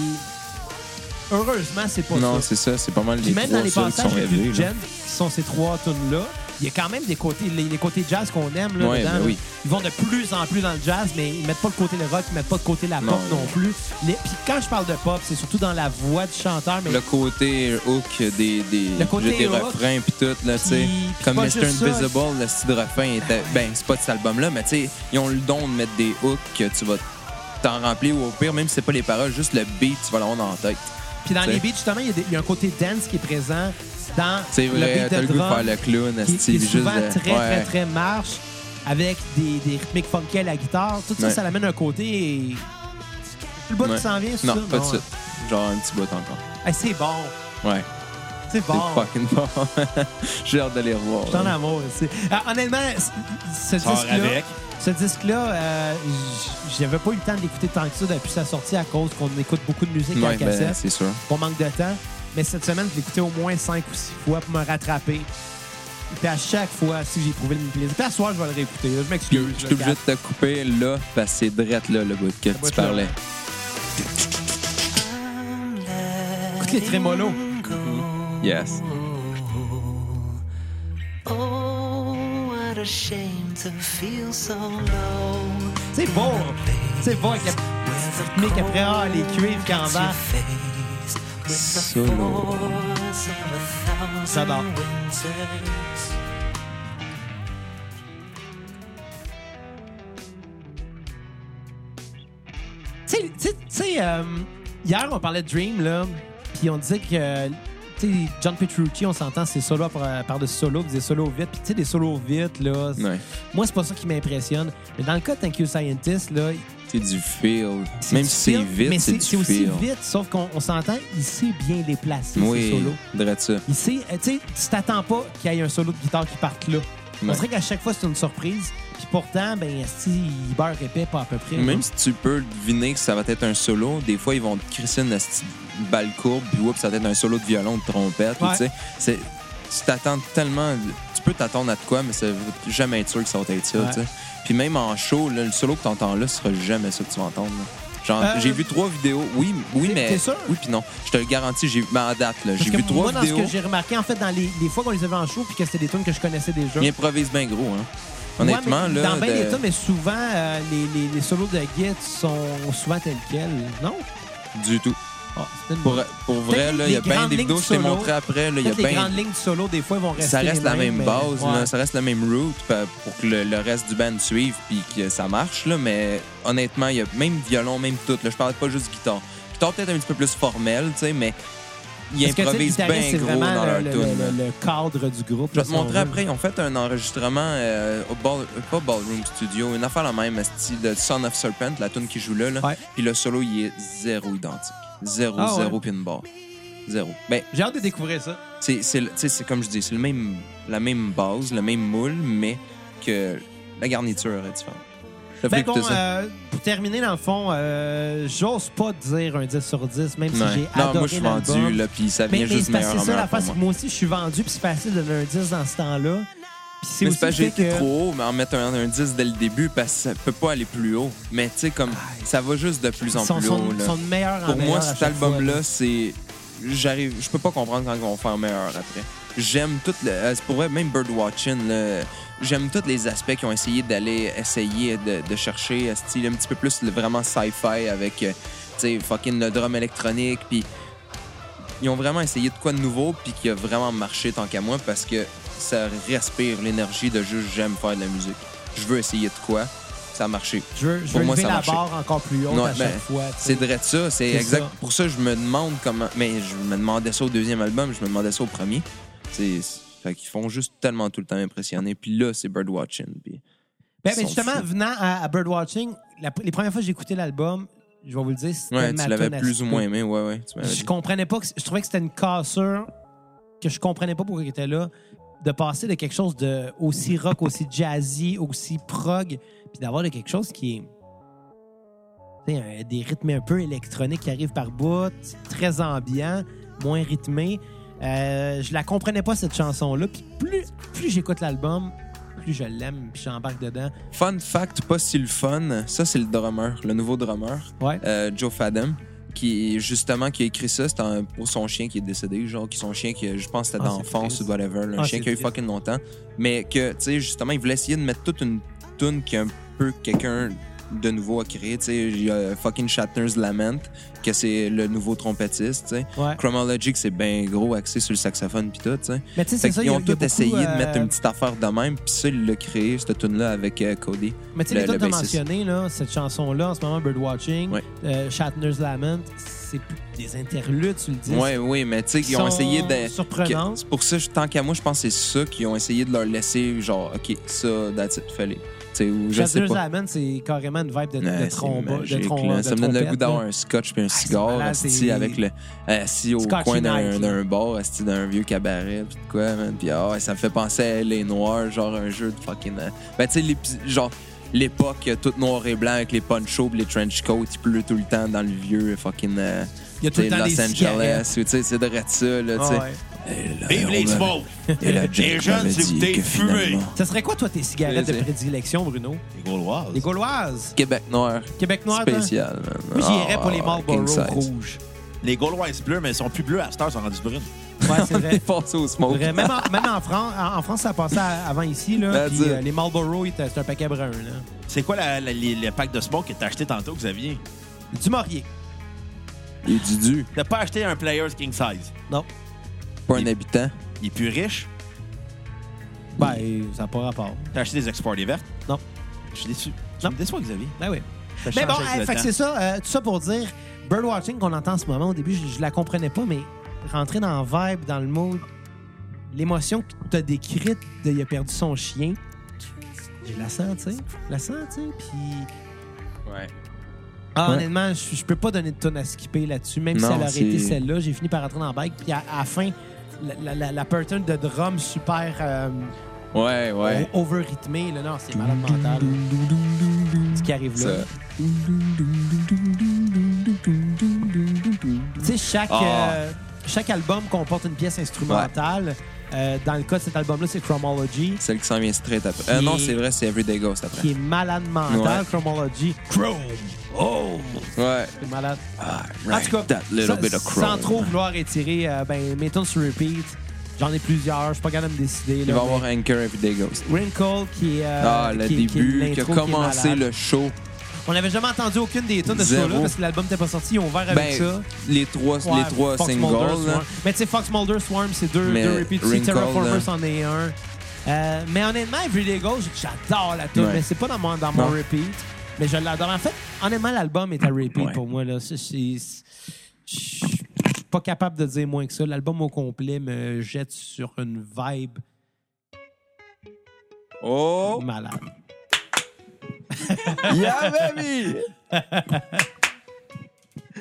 [SPEAKER 1] heureusement, c'est pas
[SPEAKER 3] Non,
[SPEAKER 1] ça.
[SPEAKER 3] c'est ça, c'est pas mal
[SPEAKER 1] Puis
[SPEAKER 3] les
[SPEAKER 1] même dans
[SPEAKER 3] trois
[SPEAKER 1] les
[SPEAKER 3] seuls qui sont
[SPEAKER 1] passages les plus
[SPEAKER 3] révélés. là.
[SPEAKER 1] gent, qui sont ces trois tunes-là, il y a quand même des côtés, les, les côtés jazz qu'on aime. Là,
[SPEAKER 3] Ouais,
[SPEAKER 1] dedans,
[SPEAKER 3] ben
[SPEAKER 1] là.
[SPEAKER 3] oui.
[SPEAKER 1] Ils vont de plus en plus dans le jazz, mais ils mettent pas le côté le rock, ils mettent pas le côté la
[SPEAKER 3] Non,
[SPEAKER 1] pop non,
[SPEAKER 3] non.
[SPEAKER 1] plus. Les- Puis quand je parle de pop, c'est surtout dans la voix du chanteur, mais
[SPEAKER 3] Le côté hook des, des,
[SPEAKER 1] Le côté
[SPEAKER 3] des
[SPEAKER 1] hook.
[SPEAKER 3] refrains puis tout, là, tu sais.
[SPEAKER 1] Puis- puis
[SPEAKER 3] Comme
[SPEAKER 1] pas
[SPEAKER 3] Mr.
[SPEAKER 1] juste ça.
[SPEAKER 3] Invisible, le style de refrain était. Ben, c'est pas de cet album-là, mais tu sais, ils ont le don de mettre des hooks que tu vas t'en remplir ou au pire, même si c'est pas les paroles, juste le beat, tu vas l'avoir dans la tête.
[SPEAKER 1] Puis dans
[SPEAKER 3] T'sais.
[SPEAKER 1] les beats, justement, il y a des- il y, a un côté dance qui est présent dans
[SPEAKER 3] C'est vrai,
[SPEAKER 1] le beat
[SPEAKER 3] t'as
[SPEAKER 1] de
[SPEAKER 3] le goût de
[SPEAKER 1] drum
[SPEAKER 3] faire le clown,
[SPEAKER 1] qui, qui
[SPEAKER 3] Steve,
[SPEAKER 1] est
[SPEAKER 3] juste.
[SPEAKER 1] souvent
[SPEAKER 3] de-
[SPEAKER 1] très, très,
[SPEAKER 3] ouais.
[SPEAKER 1] très marche avec des, des rythmiques funky à la guitare. Tout ça,
[SPEAKER 3] Ouais.
[SPEAKER 1] ça l'amène un côté... Le bout
[SPEAKER 3] Ouais.
[SPEAKER 1] qui s'en vient, c'est
[SPEAKER 3] Non,
[SPEAKER 1] ça?
[SPEAKER 3] pas de suite.
[SPEAKER 1] hein.
[SPEAKER 3] Genre un petit bout encore.
[SPEAKER 1] Hey, c'est bon.
[SPEAKER 3] Ouais.
[SPEAKER 1] C'est
[SPEAKER 3] C'est
[SPEAKER 1] bon.
[SPEAKER 3] fucking bon. J'ai hâte de les revoir.
[SPEAKER 1] Je suis en
[SPEAKER 3] là.
[SPEAKER 1] amour. c'est- Ah, honnêtement, c- ce
[SPEAKER 2] Sors
[SPEAKER 1] disque-là,
[SPEAKER 2] avec.
[SPEAKER 1] ce disque-là, euh, j- j'avais pas eu le temps de l'écouter tant que ça depuis sa sortie à cause qu'on écoute beaucoup de musique en
[SPEAKER 3] Ouais,
[SPEAKER 1] cassette.
[SPEAKER 3] ben, c'est sûr.
[SPEAKER 1] qu'on manque de temps. Mais cette semaine, je l'ai écouté au moins cinq ou six fois pour me rattraper. Puis à chaque fois, si j'ai trouvé le même plaisir. Puis à soir, je vais le réécouter. là. Je
[SPEAKER 3] Puis,
[SPEAKER 1] m'excuse.
[SPEAKER 3] je
[SPEAKER 1] là,
[SPEAKER 3] suis obligé
[SPEAKER 1] Kat.
[SPEAKER 3] de te couper là, parce que c'est drette là, le bout que
[SPEAKER 1] bout-là.
[SPEAKER 3] tu parlais.
[SPEAKER 1] Écoute les trémolos.
[SPEAKER 3] Yes.
[SPEAKER 5] Oh, what a shame to feel so low.
[SPEAKER 1] C'est beau. C'est beau avec la petite rythmique après ah, les cuivres qui embarquent.
[SPEAKER 5] Faced with the
[SPEAKER 3] Solo.
[SPEAKER 5] force of a
[SPEAKER 1] J'adore.
[SPEAKER 5] thousand winters.
[SPEAKER 1] Tu sais- tu sais- tu sais, euh, hier, on parlait de Dream, là. Puis on disait que. euh, tu sais, John Petrucci, on s'entend, c'est solo par- par-dessus solo, puis des solos vite. Puis tu sais, des solos vite, là. c'est-
[SPEAKER 3] Ouais.
[SPEAKER 1] Moi, c'est pas ça qui m'impressionne. Mais dans le cas de Thank You Scientist, là,
[SPEAKER 3] C'est du feel.
[SPEAKER 1] C'est
[SPEAKER 3] Même
[SPEAKER 1] du
[SPEAKER 3] si c'est
[SPEAKER 1] feel, mais
[SPEAKER 3] vite, c'est
[SPEAKER 1] c'est
[SPEAKER 3] du
[SPEAKER 1] aussi
[SPEAKER 3] feel.
[SPEAKER 1] vite, sauf qu'on on s'entend, il sait bien les placer, ses
[SPEAKER 3] Oui,
[SPEAKER 1] solos.
[SPEAKER 3] drette ça.
[SPEAKER 1] Il sait, euh, tu sais, tu t'attends pas qu'il y ait un solo de guitare qui parte là. On
[SPEAKER 3] Ouais.
[SPEAKER 1] dirait qu'à chaque fois, c'est une surprise. Puis pourtant, ben, si il beurre épais, pas à peu près.
[SPEAKER 3] Même si tu peux deviner que ça va être un solo, des fois, ils vont te crisser une esti de balle courbe, puis oups, ça va être un solo de violon, de trompette. puis
[SPEAKER 1] Ouais.
[SPEAKER 3] Tu sais, c'est- tu t'attends tellement. Tu peux t'attendre à de quoi, mais ça va jamais être sûr que ça va être ça.
[SPEAKER 1] Ouais.
[SPEAKER 3] tu sais. Puis même en show, là, le solo que tu entends là sera jamais ça que tu vas entendre. là. Genre,
[SPEAKER 1] Euh,
[SPEAKER 3] j'ai vu trois vidéos. Oui, oui,
[SPEAKER 1] t'es-
[SPEAKER 3] mais.
[SPEAKER 1] t'es sûr?
[SPEAKER 3] Oui, puis non. Je te le garantis, j'ai mais en date, là,
[SPEAKER 1] Parce
[SPEAKER 3] j'ai
[SPEAKER 1] que
[SPEAKER 3] vu trois
[SPEAKER 1] moi, dans
[SPEAKER 3] vidéos.
[SPEAKER 1] ce que j'ai remarqué, en fait, dans les, les fois qu'on les avait en show, puis que c'était des tunes que je connaissais déjà.
[SPEAKER 3] Ils improvisent bien gros, hein. Honnêtement,
[SPEAKER 1] Ouais, mais
[SPEAKER 3] là.
[SPEAKER 1] Dans bien
[SPEAKER 3] de-
[SPEAKER 1] des tunes, mais souvent, euh, les, les- les solos de guitare sont souvent tels quels. Non?
[SPEAKER 3] Du tout.
[SPEAKER 1] Ah, c'est une-
[SPEAKER 3] Pour, pour vrai,
[SPEAKER 1] Peut-être
[SPEAKER 3] là, il y a
[SPEAKER 1] les
[SPEAKER 3] bien
[SPEAKER 1] grandes
[SPEAKER 3] des vidéos
[SPEAKER 1] lignes
[SPEAKER 3] que je t'ai
[SPEAKER 1] solo.
[SPEAKER 3] montrées après. là, Il y a
[SPEAKER 1] Peut-être les
[SPEAKER 3] bien
[SPEAKER 1] grandes lignes de solo, des fois, ils vont rester.
[SPEAKER 3] ça reste
[SPEAKER 1] les
[SPEAKER 3] la même
[SPEAKER 1] mêmes, mais-
[SPEAKER 3] base, là,
[SPEAKER 1] Ouais.
[SPEAKER 3] ça reste la même route pa- pour que le, le reste du band suive puis que ça marche. Là, mais honnêtement, il y a même violon, même tout. Là, je parle pas juste guitare. Guitare peut-être un petit peu plus formel, tu sais, mais ils
[SPEAKER 1] Parce que, tu sais,
[SPEAKER 3] improvisent
[SPEAKER 1] guitariste,
[SPEAKER 3] bien
[SPEAKER 1] c'est
[SPEAKER 3] gros
[SPEAKER 1] vraiment
[SPEAKER 3] dans
[SPEAKER 1] le-
[SPEAKER 3] leur
[SPEAKER 1] le,
[SPEAKER 3] tune.
[SPEAKER 1] le-
[SPEAKER 3] là.
[SPEAKER 1] le cadre du groupe.
[SPEAKER 3] Je vais
[SPEAKER 1] là,
[SPEAKER 3] te
[SPEAKER 1] si on
[SPEAKER 3] montrer
[SPEAKER 1] veut.
[SPEAKER 3] après. Ils ont fait un enregistrement euh, au ball, euh, pas Ballroom Studio, une affaire la même, style de Son of Serpent, la tune qui joue là. là.
[SPEAKER 1] Ouais.
[SPEAKER 3] Puis le solo, il est zéro identique. Zéro,
[SPEAKER 1] Ah ouais.
[SPEAKER 3] zéro pinbar. Zéro. Ben,
[SPEAKER 1] J'ai hâte de découvrir ça.
[SPEAKER 3] c'est c'est le- tu sais, c'est comme je dis, c'est le même, la même base, le même moule, mais que la garniture est différente. Je vais
[SPEAKER 1] Fait
[SPEAKER 3] écouter
[SPEAKER 1] bon,
[SPEAKER 3] ça.
[SPEAKER 1] euh, pour terminer, dans le fond, euh, j'ose pas dire un 10 sur 10, même
[SPEAKER 3] Ouais.
[SPEAKER 1] si j'ai
[SPEAKER 3] non, moi, je
[SPEAKER 1] adoré
[SPEAKER 3] suis
[SPEAKER 1] l'album.
[SPEAKER 3] vendu, là, puis ça
[SPEAKER 1] mais
[SPEAKER 3] vient
[SPEAKER 1] mais
[SPEAKER 3] juste
[SPEAKER 1] c'est parce
[SPEAKER 3] meilleur
[SPEAKER 1] que
[SPEAKER 3] en
[SPEAKER 1] c'est ça
[SPEAKER 3] meilleur
[SPEAKER 1] la
[SPEAKER 3] pour
[SPEAKER 1] face.
[SPEAKER 3] moi.
[SPEAKER 1] Moi aussi, je suis vendu, puis c'est facile de donner un 10 dans ce temps-là. Puis c'est
[SPEAKER 3] Mais
[SPEAKER 1] aussi
[SPEAKER 3] c'est parce que
[SPEAKER 1] le
[SPEAKER 3] j'ai
[SPEAKER 1] fait
[SPEAKER 3] été
[SPEAKER 1] que...
[SPEAKER 3] trop haut, mais en mettre un, un 10 dès le début, parce que ça peut pas aller plus haut. Mais tu sais, comme, ça va juste de plus en
[SPEAKER 1] Ils sont,
[SPEAKER 3] plus haut.
[SPEAKER 1] sont,
[SPEAKER 3] là.
[SPEAKER 1] sont de meilleurs en
[SPEAKER 3] Pour moi,
[SPEAKER 1] meilleurs à
[SPEAKER 3] cet
[SPEAKER 1] chaque fois,
[SPEAKER 3] album-là, c'est. J'arrive. Je peux pas comprendre quand ils vont faire meilleur après. J'aime tout le. euh, c'est Pour vrai, même Birdwatching, là, j'aime tous les aspects qu'ils ont essayé d'aller essayer de, de chercher. euh, Style un petit peu plus le- vraiment sci-fi avec, euh, tu sais, fucking le drum électronique. Puis ils ont vraiment essayé de quoi de nouveau, puis qui a vraiment marché tant qu'à moi, parce que ça respire l'énergie de juste j'aime faire de la musique. Je veux essayer de quoi. Ça a marché.
[SPEAKER 1] Je veux, je
[SPEAKER 3] Pour
[SPEAKER 1] veux
[SPEAKER 3] moi,
[SPEAKER 1] lever
[SPEAKER 3] ça a
[SPEAKER 1] la
[SPEAKER 3] marché.
[SPEAKER 1] barre encore plus haute
[SPEAKER 3] Non,
[SPEAKER 1] à chaque
[SPEAKER 3] ben,
[SPEAKER 1] fois. tu sais.
[SPEAKER 3] C'est vrai de ça, c'est
[SPEAKER 1] C'est
[SPEAKER 3] exact.
[SPEAKER 1] ça.
[SPEAKER 3] Pour ça, je me demande comment. Mais je me demandais ça au deuxième album, je me demandais ça au premier. C'est. Fait qu'ils font juste tellement tout le temps impressionner. Puis là, c'est Birdwatching.
[SPEAKER 1] Ben,
[SPEAKER 3] Puis Ils
[SPEAKER 1] ben,
[SPEAKER 3] sont
[SPEAKER 1] justement,
[SPEAKER 3] fous.
[SPEAKER 1] venant à, à Birdwatching, la- les premières fois que j'ai écouté l'album, je vais vous le dire, c'était
[SPEAKER 3] ouais,
[SPEAKER 1] ma
[SPEAKER 3] tu l'avais
[SPEAKER 1] tune à
[SPEAKER 3] plus ou
[SPEAKER 1] skipper.
[SPEAKER 3] moins aimé. Ouais, ouais. Tu m'avais
[SPEAKER 1] Je
[SPEAKER 3] dit.
[SPEAKER 1] comprenais pas, que, je trouvais que c'était une cassure que je comprenais pas pourquoi il était là, de passer de quelque chose de aussi rock, aussi jazzy, aussi prog, puis d'avoir de quelque chose qui est tu sais, un- des rythmes un peu électroniques qui arrivent par bout, très ambiant, moins rythmé. Euh, je la comprenais pas cette chanson là, puis plus plus j'écoute l'album, plus je l'aime, puis j'embarque dedans.
[SPEAKER 3] Fun fact, pas si le fun. Ça, c'est le drummer, le nouveau drummer,
[SPEAKER 1] Ouais.
[SPEAKER 3] euh, Joe Fadem, qui justement qui a écrit ça. C'était un- pour son chien qui est décédé, genre, qui son chien qui, je pense, c'était
[SPEAKER 1] Ah, c'est
[SPEAKER 3] d'enfance
[SPEAKER 1] triste.
[SPEAKER 3] ou whatever. là, un
[SPEAKER 1] Ah,
[SPEAKER 3] chien
[SPEAKER 1] c'est
[SPEAKER 3] qui a eu
[SPEAKER 1] triste.
[SPEAKER 3] fucking longtemps. Mais que, tu sais, justement, il voulait essayer de mettre toute une tune qui est un peu quelqu'un de nouveau à créer. Tu sais, il y a fucking Shatner's Lament, que c'est le nouveau trompettiste, tu sais.
[SPEAKER 1] Ouais.
[SPEAKER 3] Chromologic, c'est bien gros, axé sur le saxophone puis tout, tu sais.
[SPEAKER 1] Mais tu sais,
[SPEAKER 3] Fait
[SPEAKER 1] c'est ça.
[SPEAKER 3] qu'ils
[SPEAKER 1] il y a-
[SPEAKER 3] ont
[SPEAKER 1] il y a
[SPEAKER 3] tout essayé
[SPEAKER 1] beaucoup,
[SPEAKER 3] de mettre
[SPEAKER 1] euh,
[SPEAKER 3] une petite affaire de même, puis ça, il l'a créé, cette tune-là, avec euh, Cody.
[SPEAKER 1] Mais tu sais,
[SPEAKER 3] le-
[SPEAKER 1] les tunes
[SPEAKER 3] le
[SPEAKER 1] que t'as
[SPEAKER 3] bassiste.
[SPEAKER 1] mentionné, là, cette chanson-là, en ce moment, Birdwatching,
[SPEAKER 3] Ouais.
[SPEAKER 1] euh, Shatner's Lament, c'est plus des interludes, tu le dis.
[SPEAKER 3] Ouais, oui, mais tu sais, ils ont essayé de. que-
[SPEAKER 1] Surprenante.
[SPEAKER 3] C'est pour ça, je- tant qu'à moi, je pense que c'est ça qu'ils ont essayé de leur laisser, genre, OK, ça, that's it, fallait. Tu sais, ou je sais
[SPEAKER 1] Shatner's
[SPEAKER 3] pas.
[SPEAKER 1] Lament, c'est carrément une vibe de,
[SPEAKER 3] Ouais,
[SPEAKER 1] de
[SPEAKER 3] c'est
[SPEAKER 1] tromba- de
[SPEAKER 3] magique,
[SPEAKER 1] trom-
[SPEAKER 3] là.
[SPEAKER 1] de
[SPEAKER 3] ça me donne le goût
[SPEAKER 1] trompette,
[SPEAKER 3] d'avoir
[SPEAKER 1] là. Ah,
[SPEAKER 3] un scotch puis un
[SPEAKER 1] c'est
[SPEAKER 3] cigare,
[SPEAKER 1] malade,
[SPEAKER 3] asti,
[SPEAKER 1] c'est-
[SPEAKER 3] avec le assis au
[SPEAKER 1] Scotch
[SPEAKER 3] coin d'un
[SPEAKER 1] Night,
[SPEAKER 3] d'un bar, asti d'un vieux cabaret, puis de quoi, man. Puis ah, ça me fait penser à Les Noirs, genre un jeu de fucking. euh, Ben tu sais, l'épi- genre l'époque euh, toute noir et blanc avec les ponchos, puis les trench coats, il pleut tout le temps dans le vieux fucking euh,
[SPEAKER 1] Il y a tout le
[SPEAKER 3] tu sais,
[SPEAKER 1] temps des
[SPEAKER 3] Los
[SPEAKER 1] cigarettes.
[SPEAKER 3] Angeles, ou tu sais, c'est de ça là, tu
[SPEAKER 1] Ah
[SPEAKER 3] sais.
[SPEAKER 1] ouais.
[SPEAKER 3] Et là,
[SPEAKER 2] Vive
[SPEAKER 3] on
[SPEAKER 2] les
[SPEAKER 3] m'avait-
[SPEAKER 2] smokes!
[SPEAKER 3] Et là,
[SPEAKER 2] Les
[SPEAKER 3] Jack
[SPEAKER 2] jeunes,
[SPEAKER 3] m'avait
[SPEAKER 2] c'est
[SPEAKER 3] dit
[SPEAKER 2] goûté
[SPEAKER 3] que
[SPEAKER 2] fumé.
[SPEAKER 3] finalement,
[SPEAKER 1] Ça serait quoi, toi, tes cigarettes de
[SPEAKER 3] Plaisir.
[SPEAKER 1] prédilection, Bruno?
[SPEAKER 2] Les Gauloises.
[SPEAKER 1] Les Gauloises?
[SPEAKER 3] Québec noir,
[SPEAKER 1] Québec noir, toi?
[SPEAKER 3] spécial, man.
[SPEAKER 1] Moi, j'irais pour les
[SPEAKER 3] Ah, king size.
[SPEAKER 1] Marlboro rouges.
[SPEAKER 2] Les Gauloises bleues, mais elles sont plus bleues à cette heure, elles sont rendues brunes.
[SPEAKER 1] Ouais, c'est
[SPEAKER 3] Il est
[SPEAKER 1] vrai.
[SPEAKER 3] passé au smoke.
[SPEAKER 1] Vrai. Même, en, même en France, en en France, ça passait à- avant ici. Là,
[SPEAKER 3] That's
[SPEAKER 1] puis,
[SPEAKER 3] it.
[SPEAKER 1] euh, les Marlboro, ils étaient- c'était un paquet brun. Là.
[SPEAKER 2] C'est quoi la, la- les- le pack de smoke que t'as acheté tantôt, Xavier?
[SPEAKER 1] Du Maurier.
[SPEAKER 3] Il est Dudu,
[SPEAKER 2] T'as pas acheté un Players King Size.
[SPEAKER 1] Non.
[SPEAKER 3] pas un habitant.
[SPEAKER 2] Il est plus riche.
[SPEAKER 1] Ben, ça n'a pas rapport.
[SPEAKER 2] T'as acheté des Export vertes?
[SPEAKER 1] Non.
[SPEAKER 2] Je suis déçu. Tu
[SPEAKER 1] Non.
[SPEAKER 2] me déçois, Xavier.
[SPEAKER 1] Ben oui.
[SPEAKER 2] T'as
[SPEAKER 1] Mais bon,
[SPEAKER 2] changé avec
[SPEAKER 1] hey,
[SPEAKER 2] le
[SPEAKER 1] fait que
[SPEAKER 2] temps.
[SPEAKER 1] c'est ça. euh, tout ça pour dire, Birdwatching qu'on entend en ce moment, au début, je, je la comprenais pas, mais rentrer dans le vibe, dans le mood, l'émotion que t'as décrite de il a perdu son chien, je la sens, tu sais. Je la sens, tu sais. Puis,
[SPEAKER 3] Ouais.
[SPEAKER 1] ah,
[SPEAKER 3] Ouais.
[SPEAKER 1] honnêtement, je, je peux pas donner de tonne à skipper là-dessus, même
[SPEAKER 3] Non,
[SPEAKER 1] si elle aurait été
[SPEAKER 3] c'est-
[SPEAKER 1] celle-là. J'ai fini par rentrer dans le bike, puis à, à la fin, la, la, la- la pattern de drum super euh,
[SPEAKER 3] Ouais, ouais.
[SPEAKER 1] o- over-rythmée, là, non, c'est malade mental. Ce qui arrive là.
[SPEAKER 3] Oh, Ça.
[SPEAKER 1] Tu sais, chaque,
[SPEAKER 3] Ah.
[SPEAKER 1] euh, chaque album comporte une pièce instrumentale. Euh, dans le cas de cet album-là, c'est Chromology,
[SPEAKER 3] Celle qui s'en vient straight après. Euh, non,
[SPEAKER 1] Qui-
[SPEAKER 3] c'est vrai, c'est Everyday Ghost après.
[SPEAKER 1] qui est malade mental.
[SPEAKER 3] Ouais.
[SPEAKER 1] Chromology. Chrome! Oh!
[SPEAKER 3] Ouais.
[SPEAKER 1] C'est malade.
[SPEAKER 3] Ah,
[SPEAKER 1] En tout cas,
[SPEAKER 3] that little
[SPEAKER 1] ça-
[SPEAKER 3] bit of chrome.
[SPEAKER 1] sans trop vouloir étirer, euh, ben, mettons sur repeat. J'en ai plusieurs. Je suis pas capable de me décider.
[SPEAKER 3] Il
[SPEAKER 1] là,
[SPEAKER 3] va y
[SPEAKER 1] mais
[SPEAKER 3] avoir Anchor Everyday Ghost.
[SPEAKER 1] Wrinkle qui est. euh,
[SPEAKER 3] Ah, le
[SPEAKER 1] qui- qui est
[SPEAKER 3] début, qui a
[SPEAKER 1] l'intro est
[SPEAKER 3] commencé
[SPEAKER 1] malade.
[SPEAKER 3] le show.
[SPEAKER 1] On n'avait jamais entendu aucune des tunes de ce
[SPEAKER 3] Zéro.
[SPEAKER 1] show-là parce que l'album n'était pas sorti. Ils ont ouvert avec
[SPEAKER 3] Ben,
[SPEAKER 1] ça.
[SPEAKER 3] les trois,
[SPEAKER 1] Ouais,
[SPEAKER 3] les trois
[SPEAKER 1] Fox
[SPEAKER 3] singles.
[SPEAKER 1] Mulder,
[SPEAKER 3] là.
[SPEAKER 1] Swarm. Mais tu sais, Fox Mulder, Swarm, c'est deux,
[SPEAKER 3] Mais hein.
[SPEAKER 1] deux repeats. Si
[SPEAKER 3] Wrinkle,
[SPEAKER 1] Terraformers
[SPEAKER 3] là.
[SPEAKER 1] en est un. Euh, mais honnêtement, Everyday Ghost, j'adore la tune,
[SPEAKER 3] Ouais.
[SPEAKER 1] mais c'est pas dans mon, dans mon
[SPEAKER 3] Non.
[SPEAKER 1] repeat. Mais je l'adore. En fait, honnêtement, l'album est à repeat
[SPEAKER 3] Ouais.
[SPEAKER 1] pour moi. là. C'est- c'est- Je suis pas capable de dire moins que ça. L'album au complet me jette sur une vibe
[SPEAKER 3] Oh,
[SPEAKER 1] malade.
[SPEAKER 3] yeah, baby!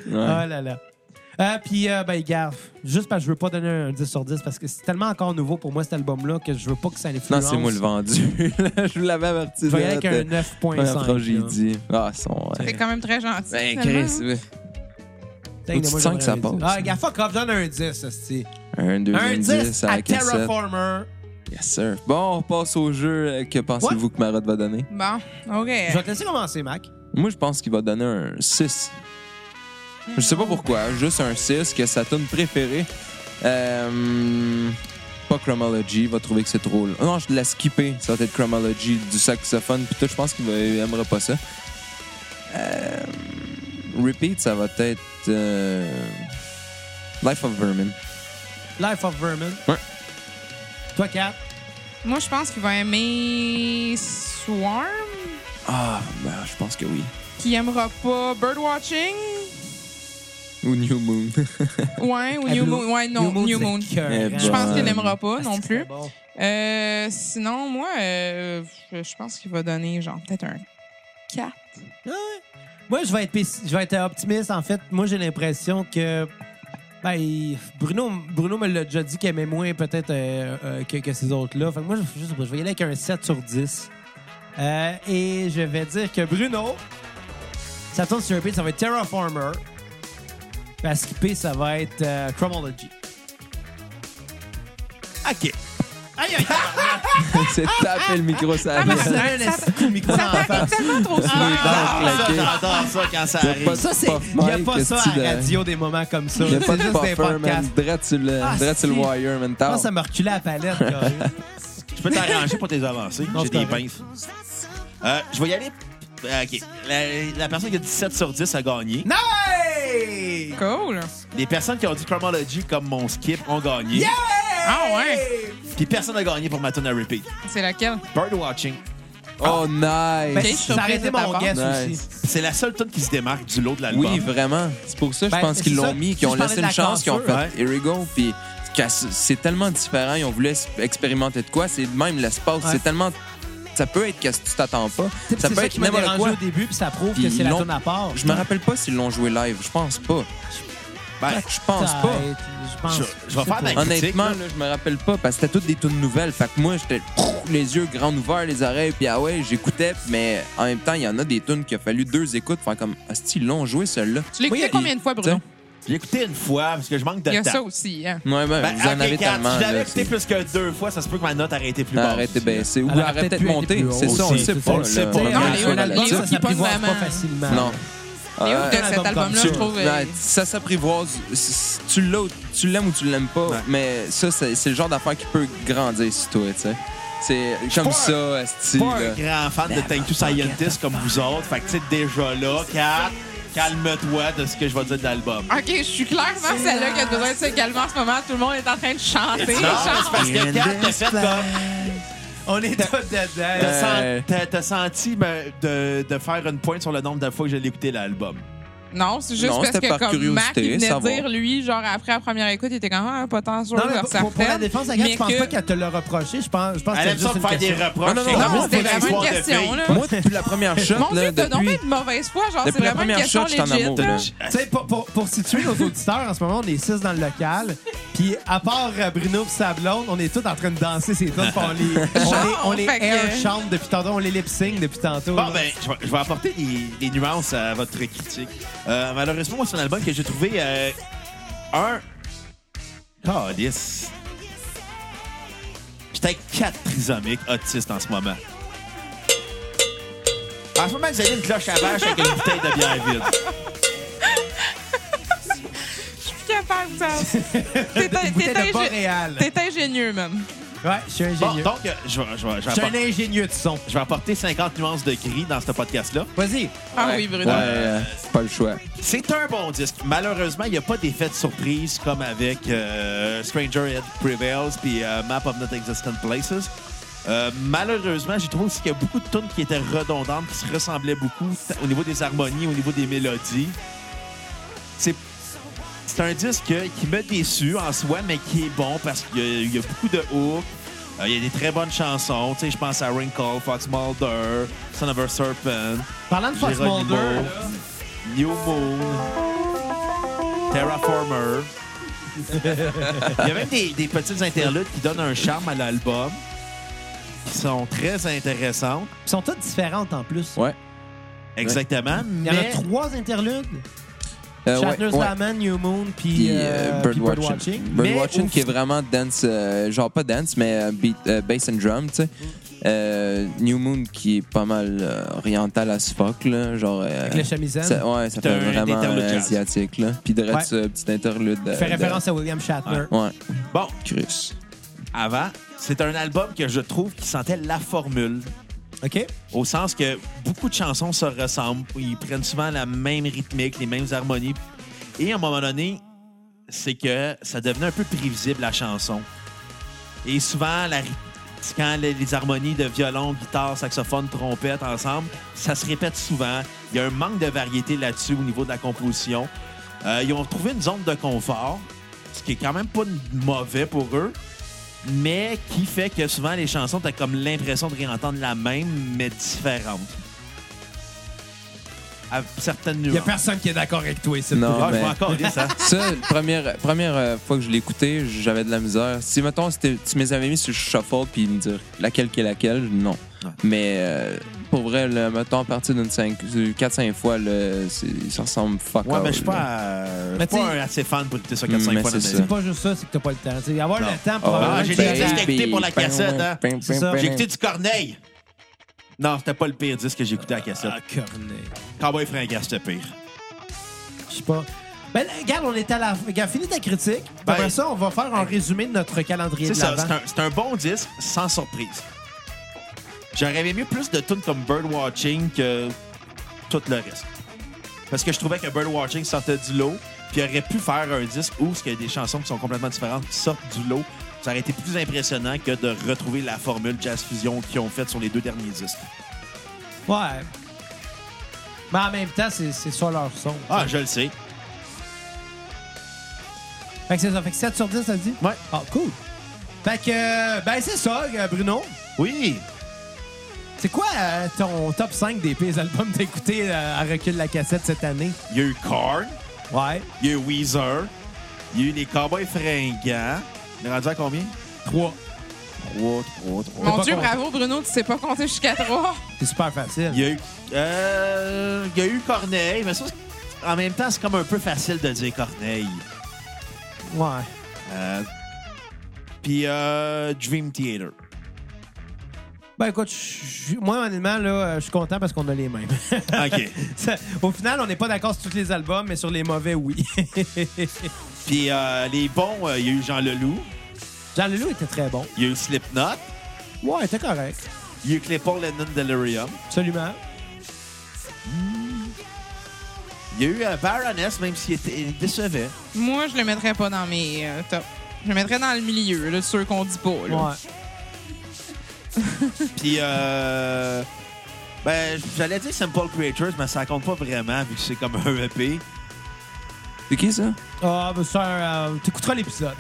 [SPEAKER 3] ouais.
[SPEAKER 1] Oh là là. Ah, puis, euh, ben, gaffe. Juste parce que je veux pas donner un 10 sur 10 parce que c'est tellement encore nouveau pour moi, cet album-là, que je veux pas que ça
[SPEAKER 3] Non,
[SPEAKER 1] influence.
[SPEAKER 3] c'est moi le vendu. je vous l'avais averti.
[SPEAKER 1] Je vais y aller avec
[SPEAKER 3] là,
[SPEAKER 1] un
[SPEAKER 3] t'as- Ouais,
[SPEAKER 1] 9.5.
[SPEAKER 3] après, j'ai
[SPEAKER 1] là.
[SPEAKER 3] dit. Ah, ils sont.
[SPEAKER 4] C'est
[SPEAKER 3] ouais.
[SPEAKER 4] quand même très gentil.
[SPEAKER 3] Ben,
[SPEAKER 4] finalement.
[SPEAKER 3] Chris, ouais.
[SPEAKER 1] Dang,
[SPEAKER 3] Faut que tu
[SPEAKER 1] moi,
[SPEAKER 3] te sens
[SPEAKER 1] j'aimerais
[SPEAKER 3] que ça
[SPEAKER 1] un
[SPEAKER 3] passe.
[SPEAKER 1] dix. Ah, gars, fuck off, donne un 10, hostie.
[SPEAKER 3] un
[SPEAKER 1] Un
[SPEAKER 3] deuxième
[SPEAKER 1] 10
[SPEAKER 3] à
[SPEAKER 1] à
[SPEAKER 3] la cassette.
[SPEAKER 1] Terraformer.
[SPEAKER 3] Yes, sir. Bon, on passe au jeu. euh, Que pensez-vous que Marotte va donner?
[SPEAKER 4] Bon, OK.
[SPEAKER 1] Je vais te laisser commencer, Mac.
[SPEAKER 3] Moi, je pense qu'il va donner un 6. Je sais pas pourquoi, juste un 6, que sa tune préférée. Euh, pas Chromology, il va trouver que c'est trop long. Non, je l'ai skippé. Ça va être Chromology, du saxophone, puis tout. Je pense qu'il va- il aimera pas ça. Euh, repeat, ça va être. euh, Life of Vermin.
[SPEAKER 1] Life of Vermin.
[SPEAKER 3] Ouais.
[SPEAKER 1] Toi, Kat.
[SPEAKER 4] Moi, je pense qu'il va aimer Swarm,
[SPEAKER 3] Ah, ben, je pense que oui.
[SPEAKER 4] qu'il aimera pas Birdwatching.
[SPEAKER 3] Ou New Moon.
[SPEAKER 4] Ouais, ou
[SPEAKER 1] Eh,
[SPEAKER 4] New
[SPEAKER 1] Blue-
[SPEAKER 4] Moon. Ouais, non, New Moon.
[SPEAKER 1] c'est Ah,
[SPEAKER 3] Eh,
[SPEAKER 4] Je pense
[SPEAKER 3] Ouais.
[SPEAKER 4] qu'il n'aimera pas non
[SPEAKER 1] C'est
[SPEAKER 4] plus.
[SPEAKER 1] bon.
[SPEAKER 4] Euh, sinon, moi, euh, je je pense qu'il va donner genre peut-être un 4.
[SPEAKER 1] Moi, je vais être, pessi- je vais être optimiste. En fait, moi, j'ai l'impression que. Ben, il- Bruno, Bruno me l'a déjà dit qu'il aimait moins peut-être euh, euh, que, que ces autres-là. Fait que moi, je, je sais pas, je vais y aller avec un 7 sur 10. Euh, et je vais dire que Bruno, ça tourne sur un pied, ça va être Terraformer. Puis à skipper, ça va être euh, Chromology.
[SPEAKER 2] OK.
[SPEAKER 1] Aïe, aïe, aïe!
[SPEAKER 3] C'est tapé le micro, ça
[SPEAKER 4] Ah,
[SPEAKER 3] vient.
[SPEAKER 4] mais
[SPEAKER 1] Ça a un esti de micro
[SPEAKER 4] Ça
[SPEAKER 1] dans la
[SPEAKER 4] t'arrive
[SPEAKER 1] face.
[SPEAKER 4] tellement trop souvent.
[SPEAKER 3] Ah,
[SPEAKER 2] Ah, ça,
[SPEAKER 3] claqué.
[SPEAKER 2] j'adore ça quand ça
[SPEAKER 3] Y a
[SPEAKER 2] arrive.
[SPEAKER 3] pas de
[SPEAKER 1] Ça, c'est.
[SPEAKER 3] Puff
[SPEAKER 1] Il n'y a
[SPEAKER 3] Mike,
[SPEAKER 1] pas ça
[SPEAKER 3] esti
[SPEAKER 1] à
[SPEAKER 3] de-
[SPEAKER 1] la radio, des moments comme ça.
[SPEAKER 3] Il hein? y a
[SPEAKER 1] C'est
[SPEAKER 3] pas de
[SPEAKER 1] juste des
[SPEAKER 3] buffer, man.
[SPEAKER 1] podcasts.
[SPEAKER 3] Drette sur le,
[SPEAKER 1] Ah,
[SPEAKER 3] drette sur le
[SPEAKER 1] si.
[SPEAKER 3] wire, man.
[SPEAKER 1] Je pense
[SPEAKER 3] Tard.
[SPEAKER 1] que ça me reculait la palette. carré.
[SPEAKER 2] Je peux t'arranger pour tes avancées.
[SPEAKER 1] Non,
[SPEAKER 2] J'ai
[SPEAKER 1] c'est
[SPEAKER 2] des
[SPEAKER 1] correct.
[SPEAKER 2] pinces. Euh, je vais y aller. Euh, OK. La, la personne qui a 17 sur 10 a gagné.
[SPEAKER 1] Nice!
[SPEAKER 4] Cool.
[SPEAKER 2] Les personnes qui ont dit Chromology comme mon skip ont gagné.
[SPEAKER 4] Ah ouais.
[SPEAKER 2] Puis personne n'a gagné pour ma tune à repeat.
[SPEAKER 4] C'est laquelle?
[SPEAKER 2] Birdwatching,
[SPEAKER 3] Oh, nice.
[SPEAKER 1] Ben,
[SPEAKER 4] Ok, je suis
[SPEAKER 1] ça aurait
[SPEAKER 4] surprise
[SPEAKER 1] été
[SPEAKER 4] de ta
[SPEAKER 1] mon
[SPEAKER 4] part.
[SPEAKER 1] guess
[SPEAKER 3] Nice.
[SPEAKER 1] aussi.
[SPEAKER 2] c'est la seule tune qui se démarque du lot de l'album.
[SPEAKER 3] Oui, vraiment. C'est pour ça, je
[SPEAKER 1] Ben,
[SPEAKER 3] pense qu'ils
[SPEAKER 1] c'est
[SPEAKER 3] l'ont
[SPEAKER 1] ça.
[SPEAKER 3] mis,
[SPEAKER 1] Si
[SPEAKER 3] qu'ils ont
[SPEAKER 1] je parlais
[SPEAKER 3] laissé
[SPEAKER 1] de
[SPEAKER 3] une
[SPEAKER 1] la
[SPEAKER 3] chance, qu'ils ont fait
[SPEAKER 2] cassure,
[SPEAKER 3] Here we go. Puis qu'à- c'est tellement différent. Ils ont voulu es- expérimenter de quoi. C'est de même l'espace.
[SPEAKER 1] Ouais.
[SPEAKER 3] C'est tellement. Ça peut être que tu t'attends pas.
[SPEAKER 1] C'est
[SPEAKER 3] Ça
[SPEAKER 1] ça,
[SPEAKER 3] peut être
[SPEAKER 1] qui m'a
[SPEAKER 3] n'importe
[SPEAKER 1] dérangé
[SPEAKER 3] quoi.
[SPEAKER 1] au début, puis ça prouve
[SPEAKER 3] Puis
[SPEAKER 1] que c'est la
[SPEAKER 3] non.
[SPEAKER 1] tonne à part.
[SPEAKER 3] Je me rappelle pas s'ils l'ont joué live. Je pense pas.
[SPEAKER 2] Ben,
[SPEAKER 3] Je pense
[SPEAKER 1] Ça,
[SPEAKER 3] pas.
[SPEAKER 1] euh, Je pense.
[SPEAKER 2] Je- je vais
[SPEAKER 1] sais
[SPEAKER 2] faire
[SPEAKER 1] pas.
[SPEAKER 2] ma- critique,
[SPEAKER 3] Honnêtement,
[SPEAKER 2] là.
[SPEAKER 3] là, je me rappelle pas parce que c'était toutes des tunes nouvelles. Fait que moi, j'étais pff, les yeux grands ouverts, les oreilles, puis ah ouais, j'écoutais. Mais en même temps, il y en a des tunes qu'il a fallu deux écoutes. Faire comme, ah, ils l'ont joué, celle-là.
[SPEAKER 4] Tu l'as
[SPEAKER 3] Oui,
[SPEAKER 4] écouté
[SPEAKER 3] il-
[SPEAKER 4] combien de fois, Bruno?
[SPEAKER 2] j'ai écouté une fois parce que je manque de
[SPEAKER 4] Il y a
[SPEAKER 2] temps.
[SPEAKER 4] ça aussi. Hein?
[SPEAKER 3] Ouais, ben,
[SPEAKER 2] Ben,
[SPEAKER 3] vous en
[SPEAKER 2] ok,
[SPEAKER 3] avez
[SPEAKER 2] quatre,
[SPEAKER 3] tellement.
[SPEAKER 2] Si je l'avais
[SPEAKER 3] là,
[SPEAKER 2] écouté
[SPEAKER 3] c'est-
[SPEAKER 2] plus que deux fois, ça se peut que ma note aurait été plus basse.
[SPEAKER 3] Arrêtez baissé. Ou
[SPEAKER 1] Elle aurait
[SPEAKER 3] arrêtez
[SPEAKER 1] peut-être
[SPEAKER 3] de
[SPEAKER 1] pu
[SPEAKER 3] monter.
[SPEAKER 1] aller plus
[SPEAKER 3] C'est
[SPEAKER 1] haut
[SPEAKER 3] ça, on
[SPEAKER 1] aussi,
[SPEAKER 3] le sait
[SPEAKER 1] c'est
[SPEAKER 3] pas.
[SPEAKER 1] ça.
[SPEAKER 3] là,
[SPEAKER 2] C'est
[SPEAKER 3] pour
[SPEAKER 2] pas-
[SPEAKER 3] la
[SPEAKER 1] Non,
[SPEAKER 3] première
[SPEAKER 4] les-
[SPEAKER 3] fois,
[SPEAKER 4] les-
[SPEAKER 3] là,
[SPEAKER 4] les-
[SPEAKER 3] là-dessus.
[SPEAKER 1] ça
[SPEAKER 4] qui pognent
[SPEAKER 1] s'apprivoise
[SPEAKER 4] vraiment.
[SPEAKER 1] pas facilement.
[SPEAKER 3] Non.
[SPEAKER 4] Les
[SPEAKER 3] Ah,
[SPEAKER 4] hooks de
[SPEAKER 1] un
[SPEAKER 4] cet
[SPEAKER 1] album comme
[SPEAKER 4] album-là,
[SPEAKER 1] ça.
[SPEAKER 4] je trouve. euh,
[SPEAKER 3] Ouais, ça s'apprivoise. Si- si Tu l'as ou- tu l'aimes ou tu l'aimes pas,
[SPEAKER 2] Ouais.
[SPEAKER 3] mais ça, c'est c'est le genre d'affaire qui peut grandir sur toi, tu sais. C'est comme
[SPEAKER 2] pas
[SPEAKER 3] ça, style.
[SPEAKER 2] pas un grand fan de Thank You Scientist comme vous autres. Fait que, tu sais, déjà là, Kat, calme-toi de ce que je vais dire de l'album.
[SPEAKER 4] Ok, je suis clairement celle-là qui a besoin de se calmer en ce moment. Tout le monde est en train de
[SPEAKER 2] Non,
[SPEAKER 4] chanter.
[SPEAKER 2] mais c'est
[SPEAKER 4] chante.
[SPEAKER 2] parce que Kat t'a fait comme.
[SPEAKER 1] On est tous
[SPEAKER 2] T'as
[SPEAKER 1] dedans.
[SPEAKER 3] Euh,
[SPEAKER 2] sen- t'as- t'as senti ben, de, de faire une pointe sur le nombre de fois que j'ai écouté l'album.
[SPEAKER 1] Ah,
[SPEAKER 4] Non, c'est juste
[SPEAKER 3] Non,
[SPEAKER 4] parce
[SPEAKER 3] c'était
[SPEAKER 4] que
[SPEAKER 3] par
[SPEAKER 4] comme Mac
[SPEAKER 3] curiosité,
[SPEAKER 4] il venait
[SPEAKER 3] savoir.
[SPEAKER 4] dire, lui, genre après la première écoute, il était quand même pas tant sûr
[SPEAKER 1] Non,
[SPEAKER 4] de
[SPEAKER 1] mais
[SPEAKER 4] leur
[SPEAKER 1] pour- pour, pour la
[SPEAKER 4] certaine,
[SPEAKER 1] défense, regarde,
[SPEAKER 4] mais
[SPEAKER 1] je pense
[SPEAKER 4] que-
[SPEAKER 1] pas qu'elle te l'a reproché. Je pense, je pense
[SPEAKER 2] Elle
[SPEAKER 1] qu'elle a
[SPEAKER 2] aime ça
[SPEAKER 1] juste
[SPEAKER 2] me
[SPEAKER 1] une
[SPEAKER 2] faire des
[SPEAKER 1] question.
[SPEAKER 2] reproches.
[SPEAKER 3] Non, non,
[SPEAKER 2] C'est
[SPEAKER 3] non,
[SPEAKER 2] vraiment
[SPEAKER 4] c'était
[SPEAKER 2] une
[SPEAKER 4] vraiment
[SPEAKER 2] histoire
[SPEAKER 4] une
[SPEAKER 2] de
[SPEAKER 4] question,
[SPEAKER 2] filles.
[SPEAKER 4] là.
[SPEAKER 3] Moi, depuis la première shot,
[SPEAKER 4] Mon
[SPEAKER 3] là,
[SPEAKER 4] Dieu, t'as
[SPEAKER 3] depuis,
[SPEAKER 4] tombé de mauvaise foi. Genre, c'est
[SPEAKER 3] depuis la
[SPEAKER 4] vraiment une
[SPEAKER 3] première
[SPEAKER 4] question
[SPEAKER 3] shot, je suis en
[SPEAKER 4] legit.
[SPEAKER 3] amour.
[SPEAKER 4] là.
[SPEAKER 3] Là.
[SPEAKER 1] Tu sais, pour, pour, pour situer nos auditeurs, en ce moment, on est six dans le local. Puis, à part euh, Bruno et sa blonde, on est tous en train de danser ces tunes. puis On les, on les, on les
[SPEAKER 4] fait que-
[SPEAKER 1] air chante depuis tantôt, on les lip sync depuis tantôt.
[SPEAKER 2] Bon,
[SPEAKER 1] là.
[SPEAKER 2] ben, je vais- je vais apporter des, des nuances à votre critique. Euh, malheureusement, moi, c'est un album que j'ai trouvé euh, un. Calice. J'étais avec quatre trisomiques autistes en ce moment. En ce moment, vous avez une cloche à vache avec une bouteille de bière vide.
[SPEAKER 4] Je suis capable, ça. T'es- t'es-
[SPEAKER 1] Bouteille de
[SPEAKER 4] t'es-
[SPEAKER 1] Boréal.
[SPEAKER 4] T'es ingénieux, même.
[SPEAKER 1] Ouais, je suis
[SPEAKER 2] Bon,
[SPEAKER 1] ingénieux.
[SPEAKER 2] donc, euh, je vais, je vais- je vais
[SPEAKER 1] je suis
[SPEAKER 2] apporter-
[SPEAKER 1] un ingénieux de son.
[SPEAKER 2] je vais apporter 50 nuances de gris dans ce podcast-là.
[SPEAKER 1] Vas-y.
[SPEAKER 4] Ah oui,
[SPEAKER 3] Ouais,
[SPEAKER 4] Bruno.
[SPEAKER 3] euh, c'est pas le choix.
[SPEAKER 2] C'est un bon disque. Malheureusement, il n'y a pas d'effet de surprise comme avec euh, Stranger Head Prevails puis euh, Map of Not Existent Places. Euh, malheureusement, j'ai trouvé aussi qu'il y a beaucoup de tunes qui étaient redondantes, qui se ressemblaient beaucoup t- au niveau des harmonies, au niveau des mélodies. C'est c'est un disque euh, qui m'a déçu en soi, mais qui est bon parce qu'il y a- il y, a beaucoup de hooks. euh, Il y a des très bonnes chansons. Tu sais, je pense à Wrinkle, Fox Mulder, Son of a Serpent.
[SPEAKER 1] Parlant de Fox
[SPEAKER 2] Geronimo,
[SPEAKER 1] Mulder, là,
[SPEAKER 2] New Moon, Terraformer. Il y a même des, des petites interludes qui donnent un charme à l'album, qui sont très intéressantes.
[SPEAKER 1] ils sont toutes différentes en plus.
[SPEAKER 3] Ouais.
[SPEAKER 2] Exactement,
[SPEAKER 1] Il y
[SPEAKER 2] mais
[SPEAKER 1] en a trois interludes.
[SPEAKER 3] Euh, ouais,
[SPEAKER 1] Shatner's
[SPEAKER 3] ouais.
[SPEAKER 1] Lament, New Moon, puis
[SPEAKER 3] Puis
[SPEAKER 1] euh,
[SPEAKER 3] euh,
[SPEAKER 1] puis Birdwatching.
[SPEAKER 3] Birdwatching. Birdwatching
[SPEAKER 1] Mais
[SPEAKER 3] qui est vraiment dance, euh, genre pas dance, mais euh, beat, euh, bass and drum, tu sais. Euh, New Moon qui est pas mal euh, oriental à ce fuck, là. Genre. euh,
[SPEAKER 1] Avec le chamisane.
[SPEAKER 3] ça- ouais,
[SPEAKER 2] C'est
[SPEAKER 3] ça fait
[SPEAKER 2] un
[SPEAKER 3] vraiment
[SPEAKER 2] interlude
[SPEAKER 3] euh,
[SPEAKER 2] jazz.
[SPEAKER 3] asiatique, là. Puis de
[SPEAKER 1] Ouais.
[SPEAKER 3] reste, euh, petit interlude. euh,
[SPEAKER 1] Il fait
[SPEAKER 3] de-
[SPEAKER 1] référence à William Shatner.
[SPEAKER 3] Ouais,
[SPEAKER 2] bon,
[SPEAKER 3] Chris.
[SPEAKER 2] avant, c'est un album que je trouve qui sentait la formule,
[SPEAKER 1] OK?
[SPEAKER 2] au sens que beaucoup de chansons se ressemblent, ils prennent souvent la même rythmique, les mêmes harmonies, et à un moment donné, c'est que ça devenait un peu prévisible, la chanson. Et souvent, la ri- c'est quand les, les harmonies de violon, guitare, saxophone, trompette ensemble, ça se répète souvent. Il y a un manque de variété là-dessus au niveau de la composition. Euh, ils ont trouvé une zone de confort, ce qui est quand même pas n- mauvais pour eux, mais qui fait que souvent les chansons, t'as comme l'impression de réentendre la même, mais différente. À certaines
[SPEAKER 1] Il n'y a
[SPEAKER 2] nuances.
[SPEAKER 1] personne qui est d'accord avec toi ici.
[SPEAKER 3] Non.
[SPEAKER 2] Ah, je
[SPEAKER 3] mais-
[SPEAKER 2] vais encore dire ça.
[SPEAKER 3] Ça, première, première euh, fois que je l'ai écouté, j'avais de la misère. Si, mettons, c'était- tu me les avais mis sur shuffle puis me dire laquelle qui est laquelle, non.
[SPEAKER 2] Ouais.
[SPEAKER 3] Mais euh, pour vrai, là, mettons, à partir d'une 4-5 fois, là, c'est- ça ressemble fuck
[SPEAKER 2] Ouais,
[SPEAKER 3] all,
[SPEAKER 2] mais je suis
[SPEAKER 3] là.
[SPEAKER 2] pas, euh, je
[SPEAKER 1] Mais
[SPEAKER 2] suis pas
[SPEAKER 1] t'sais-
[SPEAKER 2] un assez fan pour écouter ça
[SPEAKER 3] Mm,
[SPEAKER 2] 4-5
[SPEAKER 3] mais
[SPEAKER 2] fois
[SPEAKER 3] c'est
[SPEAKER 2] dans
[SPEAKER 3] ça.
[SPEAKER 1] C'est pas juste ça, c'est que t'as pas le temps. C'est avoir
[SPEAKER 2] Non.
[SPEAKER 1] le temps
[SPEAKER 3] Oh,
[SPEAKER 1] probablement,
[SPEAKER 2] Ah, j'ai
[SPEAKER 1] tu
[SPEAKER 2] des
[SPEAKER 1] sais,
[SPEAKER 2] disques
[SPEAKER 1] à-
[SPEAKER 3] ben,
[SPEAKER 2] écoutés pour la cassette, hein.
[SPEAKER 3] Pim, pim,
[SPEAKER 1] C'est ça.
[SPEAKER 3] pim,
[SPEAKER 2] J'ai écouté du Corneille. Non, c'était pas le pire disque que j'ai écouté à la cassette.
[SPEAKER 1] Ah, cornet.
[SPEAKER 2] Cowboy Fringant, c'était pire.
[SPEAKER 1] Je sais pas. Ben, là, regarde, on est à la. Regarde, finis ta critique. Puis
[SPEAKER 2] Ben-
[SPEAKER 1] Après ça, on va faire un résumé de notre calendrier
[SPEAKER 2] C'est
[SPEAKER 1] de
[SPEAKER 2] ça,
[SPEAKER 1] l'avant.
[SPEAKER 2] c'est un, c'est un bon disque, sans surprise. J'aurais aimé mieux plus de tunes comme Birdwatching que tout le reste. Parce que je trouvais que Birdwatching sortait du lot, puis aurait pu faire un disque où il y a des chansons qui sont complètement différentes, qui sortent du lot. Ça aurait été plus impressionnant que de retrouver la formule Jazz Fusion qu'ils ont faite sur les deux derniers disques.
[SPEAKER 1] Ouais. Mais en même temps, c'est c'est ça leur son.
[SPEAKER 2] Ah, je le sais.
[SPEAKER 1] Fait que c'est ça. Fait que 7 sur 10, ça te dit?
[SPEAKER 2] Ouais.
[SPEAKER 1] Ah, cool. Fait que, euh, ben, c'est ça, euh, Bruno.
[SPEAKER 2] Oui!
[SPEAKER 1] C'est quoi euh, ton top 5 des pires albums d'écouter euh, à recul de la cassette cette année?
[SPEAKER 2] Il y a eu Korn,
[SPEAKER 1] Ouais.
[SPEAKER 2] il y a eu Weezer, il y a eu les Cowboys fringants. On est rendu à combien?
[SPEAKER 1] 3.
[SPEAKER 4] Ben,
[SPEAKER 2] 3, 3, 3.
[SPEAKER 1] pas
[SPEAKER 4] Mon Dieu,
[SPEAKER 1] compté.
[SPEAKER 4] bravo, Bruno, tu sais pas compter jusqu'à 3.
[SPEAKER 1] C'est super facile.
[SPEAKER 2] Il y a eu. euh, il y a eu Corneille, mais ça, c'est- en même temps, c'est comme un peu facile de dire Corneille.
[SPEAKER 1] Ouais.
[SPEAKER 2] Euh, Puis euh, Dream Theater.
[SPEAKER 1] Ben, écoute, je- je- moi, honnêtement, là, euh, je suis content parce qu'on a les mêmes.
[SPEAKER 2] OK.
[SPEAKER 1] Ça- Au final, on n'est pas d'accord sur tous les albums, mais sur les mauvais, oui.
[SPEAKER 2] Puis euh, les bons, euh, il y a eu Jean Leloup,
[SPEAKER 1] Jean Leloup était très bon.
[SPEAKER 2] il y a eu Slipknot,
[SPEAKER 1] Ouais, il était correct.
[SPEAKER 2] il y a eu Claypole Lennon Delirium,
[SPEAKER 1] Absolument.
[SPEAKER 2] il y a eu euh, Baroness, même s'il était il décevait.
[SPEAKER 4] Moi, je le mettrais pas dans mes euh, tops. Je le mettrais dans le milieu, là, ceux qu'on dit pas. Là.
[SPEAKER 1] Ouais.
[SPEAKER 2] Puis, euh, ben, j'allais dire Simple Creatures, mais ça compte pas vraiment vu que c'est comme un E EP.
[SPEAKER 3] C'est qui ça?
[SPEAKER 1] Ah, ben, c'est un, euh, t'écouteras l'épisode.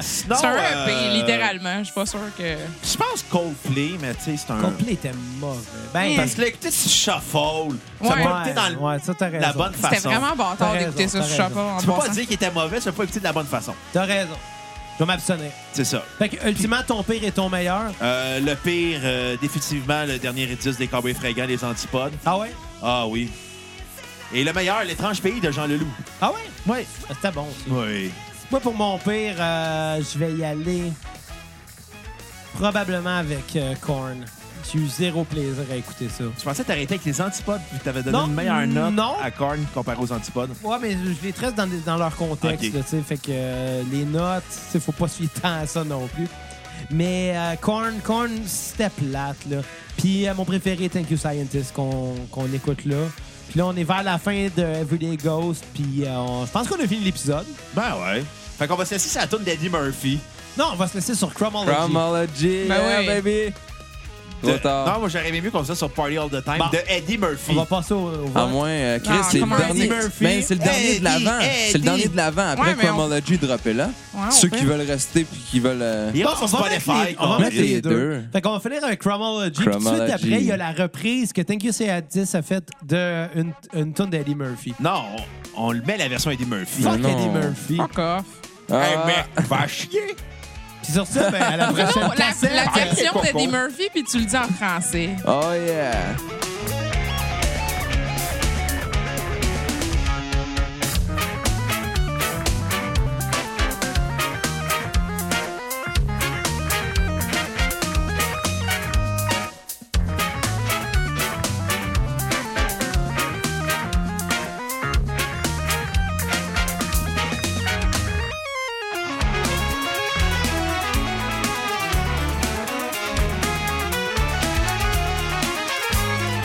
[SPEAKER 2] Sinon,
[SPEAKER 4] C'est un E EP,
[SPEAKER 2] euh,
[SPEAKER 4] littéralement. Je suis pas sûre que.
[SPEAKER 2] Je pense Coldplay, mais tu sais, c'est un.
[SPEAKER 1] Complet était mauvais. Ben,
[SPEAKER 2] Parce que là, écoutez, c'est Shuffle. Ça
[SPEAKER 4] Ouais.
[SPEAKER 2] peut écouter dans le-
[SPEAKER 1] ouais, ça, t'as raison.
[SPEAKER 2] la bonne
[SPEAKER 4] C'était
[SPEAKER 2] façon.
[SPEAKER 4] vraiment
[SPEAKER 1] T'as
[SPEAKER 4] bâtard
[SPEAKER 1] raison,
[SPEAKER 4] d'écouter ça
[SPEAKER 1] t'as
[SPEAKER 4] sur
[SPEAKER 1] raison.
[SPEAKER 4] Shuffle en
[SPEAKER 2] Tu peux pas
[SPEAKER 4] passant.
[SPEAKER 2] dire qu'il était mauvais, tu peux pas écouter de la bonne façon.
[SPEAKER 1] T'as raison. Je vais m'abstenir.
[SPEAKER 2] C'est ça.
[SPEAKER 1] Fait que, ultimement, ton pire est ton meilleur.
[SPEAKER 2] Euh, le pire, euh, définitivement, le dernier disque des Cowboys Frégats, les Antipodes.
[SPEAKER 1] Ah ouais?
[SPEAKER 2] Ah oui. Et le meilleur, L'étrange pays de Jean Leloup.
[SPEAKER 1] Ah ouais?
[SPEAKER 2] Oui.
[SPEAKER 1] Ah, C'était bon aussi.
[SPEAKER 2] Oui.
[SPEAKER 1] Moi, pour mon pire, euh, je vais y aller probablement avec euh, Korn. J'ai eu zéro plaisir à écouter ça.
[SPEAKER 2] Je pensais t'arrêter avec les Antipodes, puis t'avais donné
[SPEAKER 1] Non,
[SPEAKER 2] une meilleure note
[SPEAKER 1] non.
[SPEAKER 2] à Korn comparé aux Antipodes.
[SPEAKER 1] Ouais, mais je les traite dans, des- dans leur contexte,
[SPEAKER 2] Ok.
[SPEAKER 1] là, tu sais. Fait que euh, les notes, tu sais, faut pas suivre tant à ça non plus. Mais euh, Korn, Korn, c'était plate, là. Puis euh, mon préféré, Thank You Scientist, qu'on qu'on écoute là. Puis là, on est vers la fin de Everyday Ghost, puis euh, on- je pense qu'on a fini l'épisode.
[SPEAKER 2] Ben ouais. Fait qu'on va se laisser sur la toune d'Eddie Murphy.
[SPEAKER 1] Non, on va se laisser sur Chromology.
[SPEAKER 3] Chromology,
[SPEAKER 4] Ben
[SPEAKER 3] yeah,
[SPEAKER 4] oui.
[SPEAKER 3] baby!
[SPEAKER 2] De-
[SPEAKER 3] Trop tard.
[SPEAKER 2] Non, moi j'aurais aimé mieux qu'on soit sur Party All the Time
[SPEAKER 1] Bon.
[SPEAKER 2] de Eddie Murphy.
[SPEAKER 1] On va passer au, au vote.
[SPEAKER 3] À moins, euh, Chris,
[SPEAKER 4] Non,
[SPEAKER 3] c'est le
[SPEAKER 4] comment on
[SPEAKER 3] dernier.
[SPEAKER 4] dit?
[SPEAKER 1] Murphy.
[SPEAKER 3] Ben, c'est le dernier
[SPEAKER 2] Eddie,
[SPEAKER 3] de l'avant. C'est le
[SPEAKER 2] Eddie.
[SPEAKER 3] dernier de l'avant. Après
[SPEAKER 4] Ouais, mais on-
[SPEAKER 3] Chromology, droppez là.
[SPEAKER 4] Ouais, on
[SPEAKER 3] Ceux
[SPEAKER 4] peut.
[SPEAKER 3] qui veulent rester puis qui veulent. euh,
[SPEAKER 2] Il est
[SPEAKER 1] Bon,
[SPEAKER 2] sur
[SPEAKER 1] on va mettre
[SPEAKER 2] Spotify.
[SPEAKER 1] les, on va
[SPEAKER 2] quoi.
[SPEAKER 1] mettre les
[SPEAKER 3] Les
[SPEAKER 1] deux.
[SPEAKER 3] deux.
[SPEAKER 1] Fait qu'on va finir avec Chromology. Puis Tout de suite
[SPEAKER 3] Chromology.
[SPEAKER 1] après, il y a la reprise que Thank You Scientist a faite d'une une tune d'Eddie Murphy.
[SPEAKER 2] Non, on, on le met la version Eddie Murphy.
[SPEAKER 1] Fuck
[SPEAKER 3] non.
[SPEAKER 1] Eddie Murphy.
[SPEAKER 4] Fuck off.
[SPEAKER 2] Hey,
[SPEAKER 3] Ah.
[SPEAKER 2] mec, va chier.
[SPEAKER 1] Puis sur ça, ben, à la prochaine
[SPEAKER 4] Bruno, la,
[SPEAKER 1] cassette.
[SPEAKER 4] la question
[SPEAKER 2] Coco.
[SPEAKER 4] d'Eddie Murphy, puis tu le dis en français.
[SPEAKER 3] Oh yeah!
[SPEAKER 6] Thank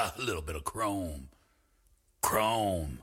[SPEAKER 6] Ah, Chrome. Chrome.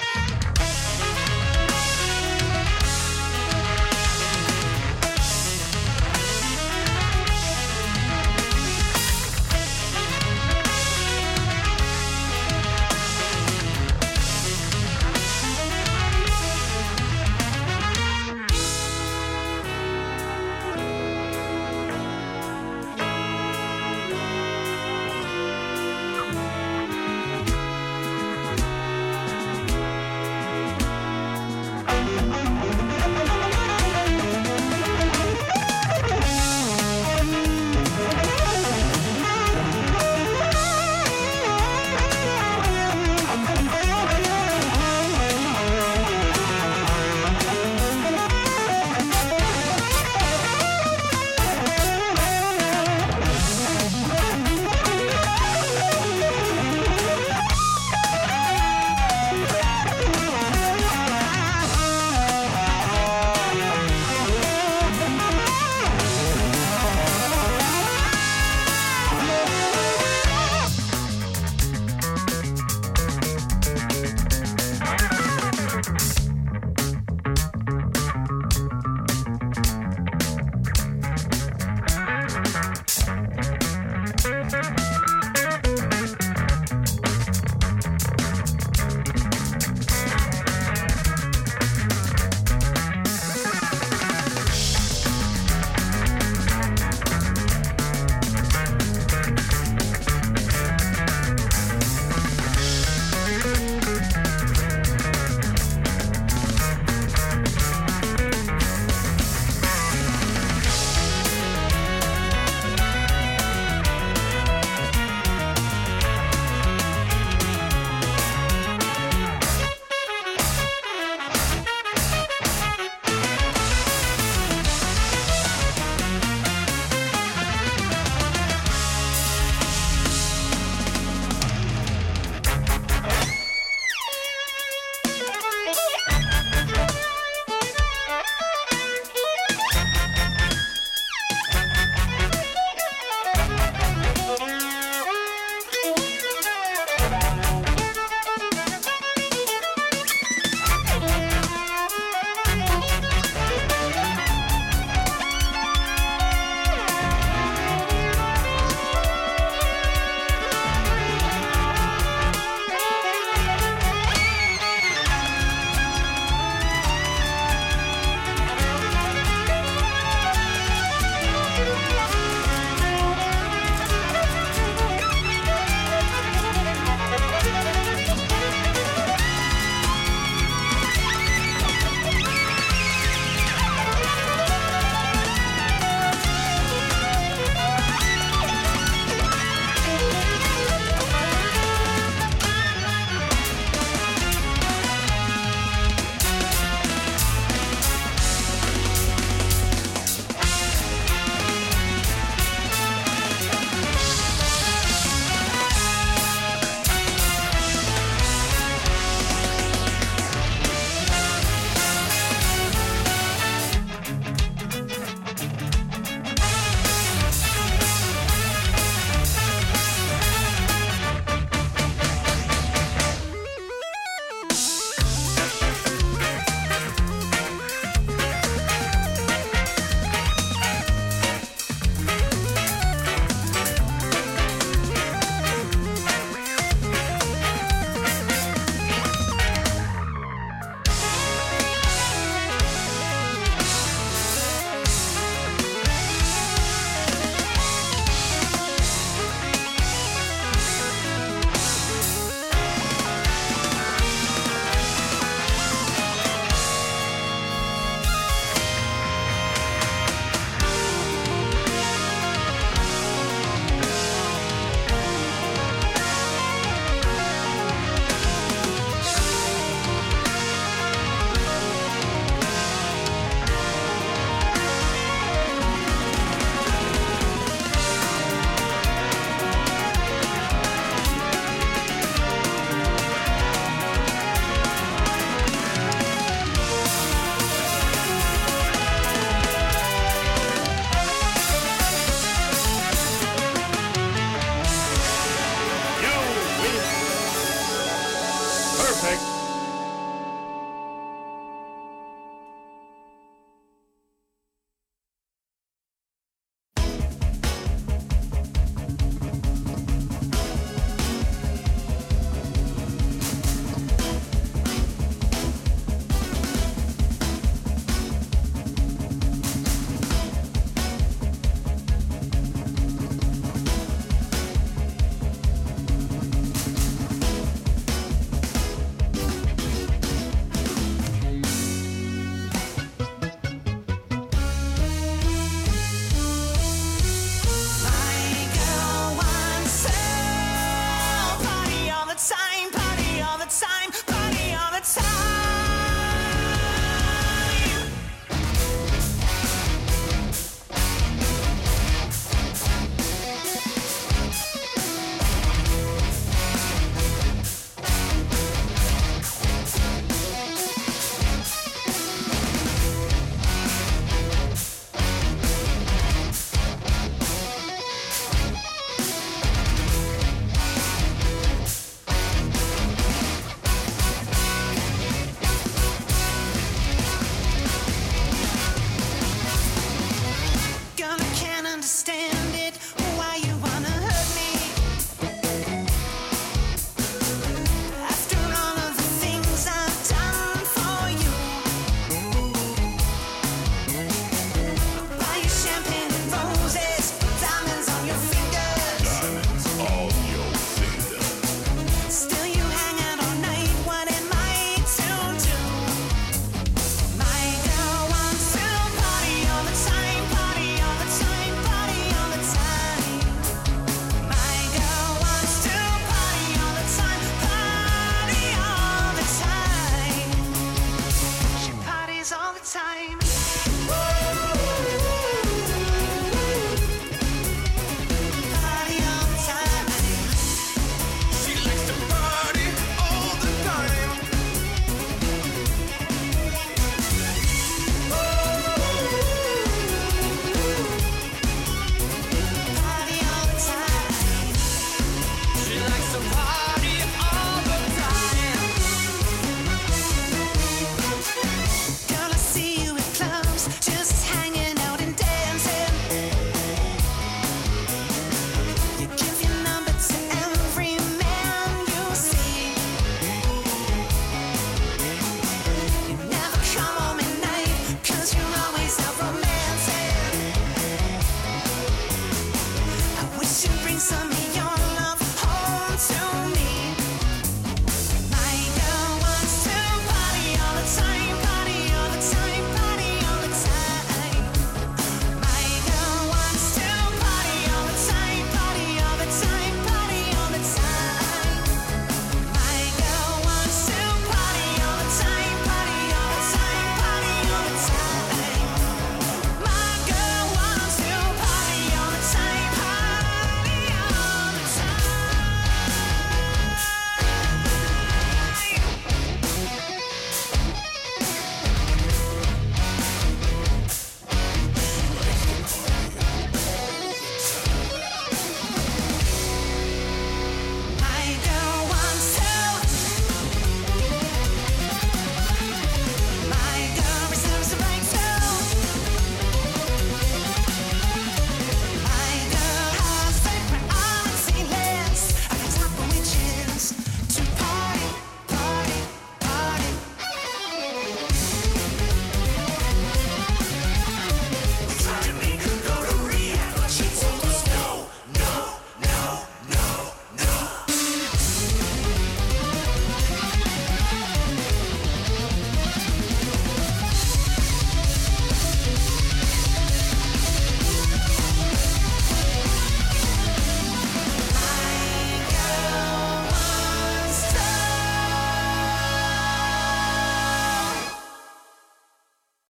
[SPEAKER 7] Thank you.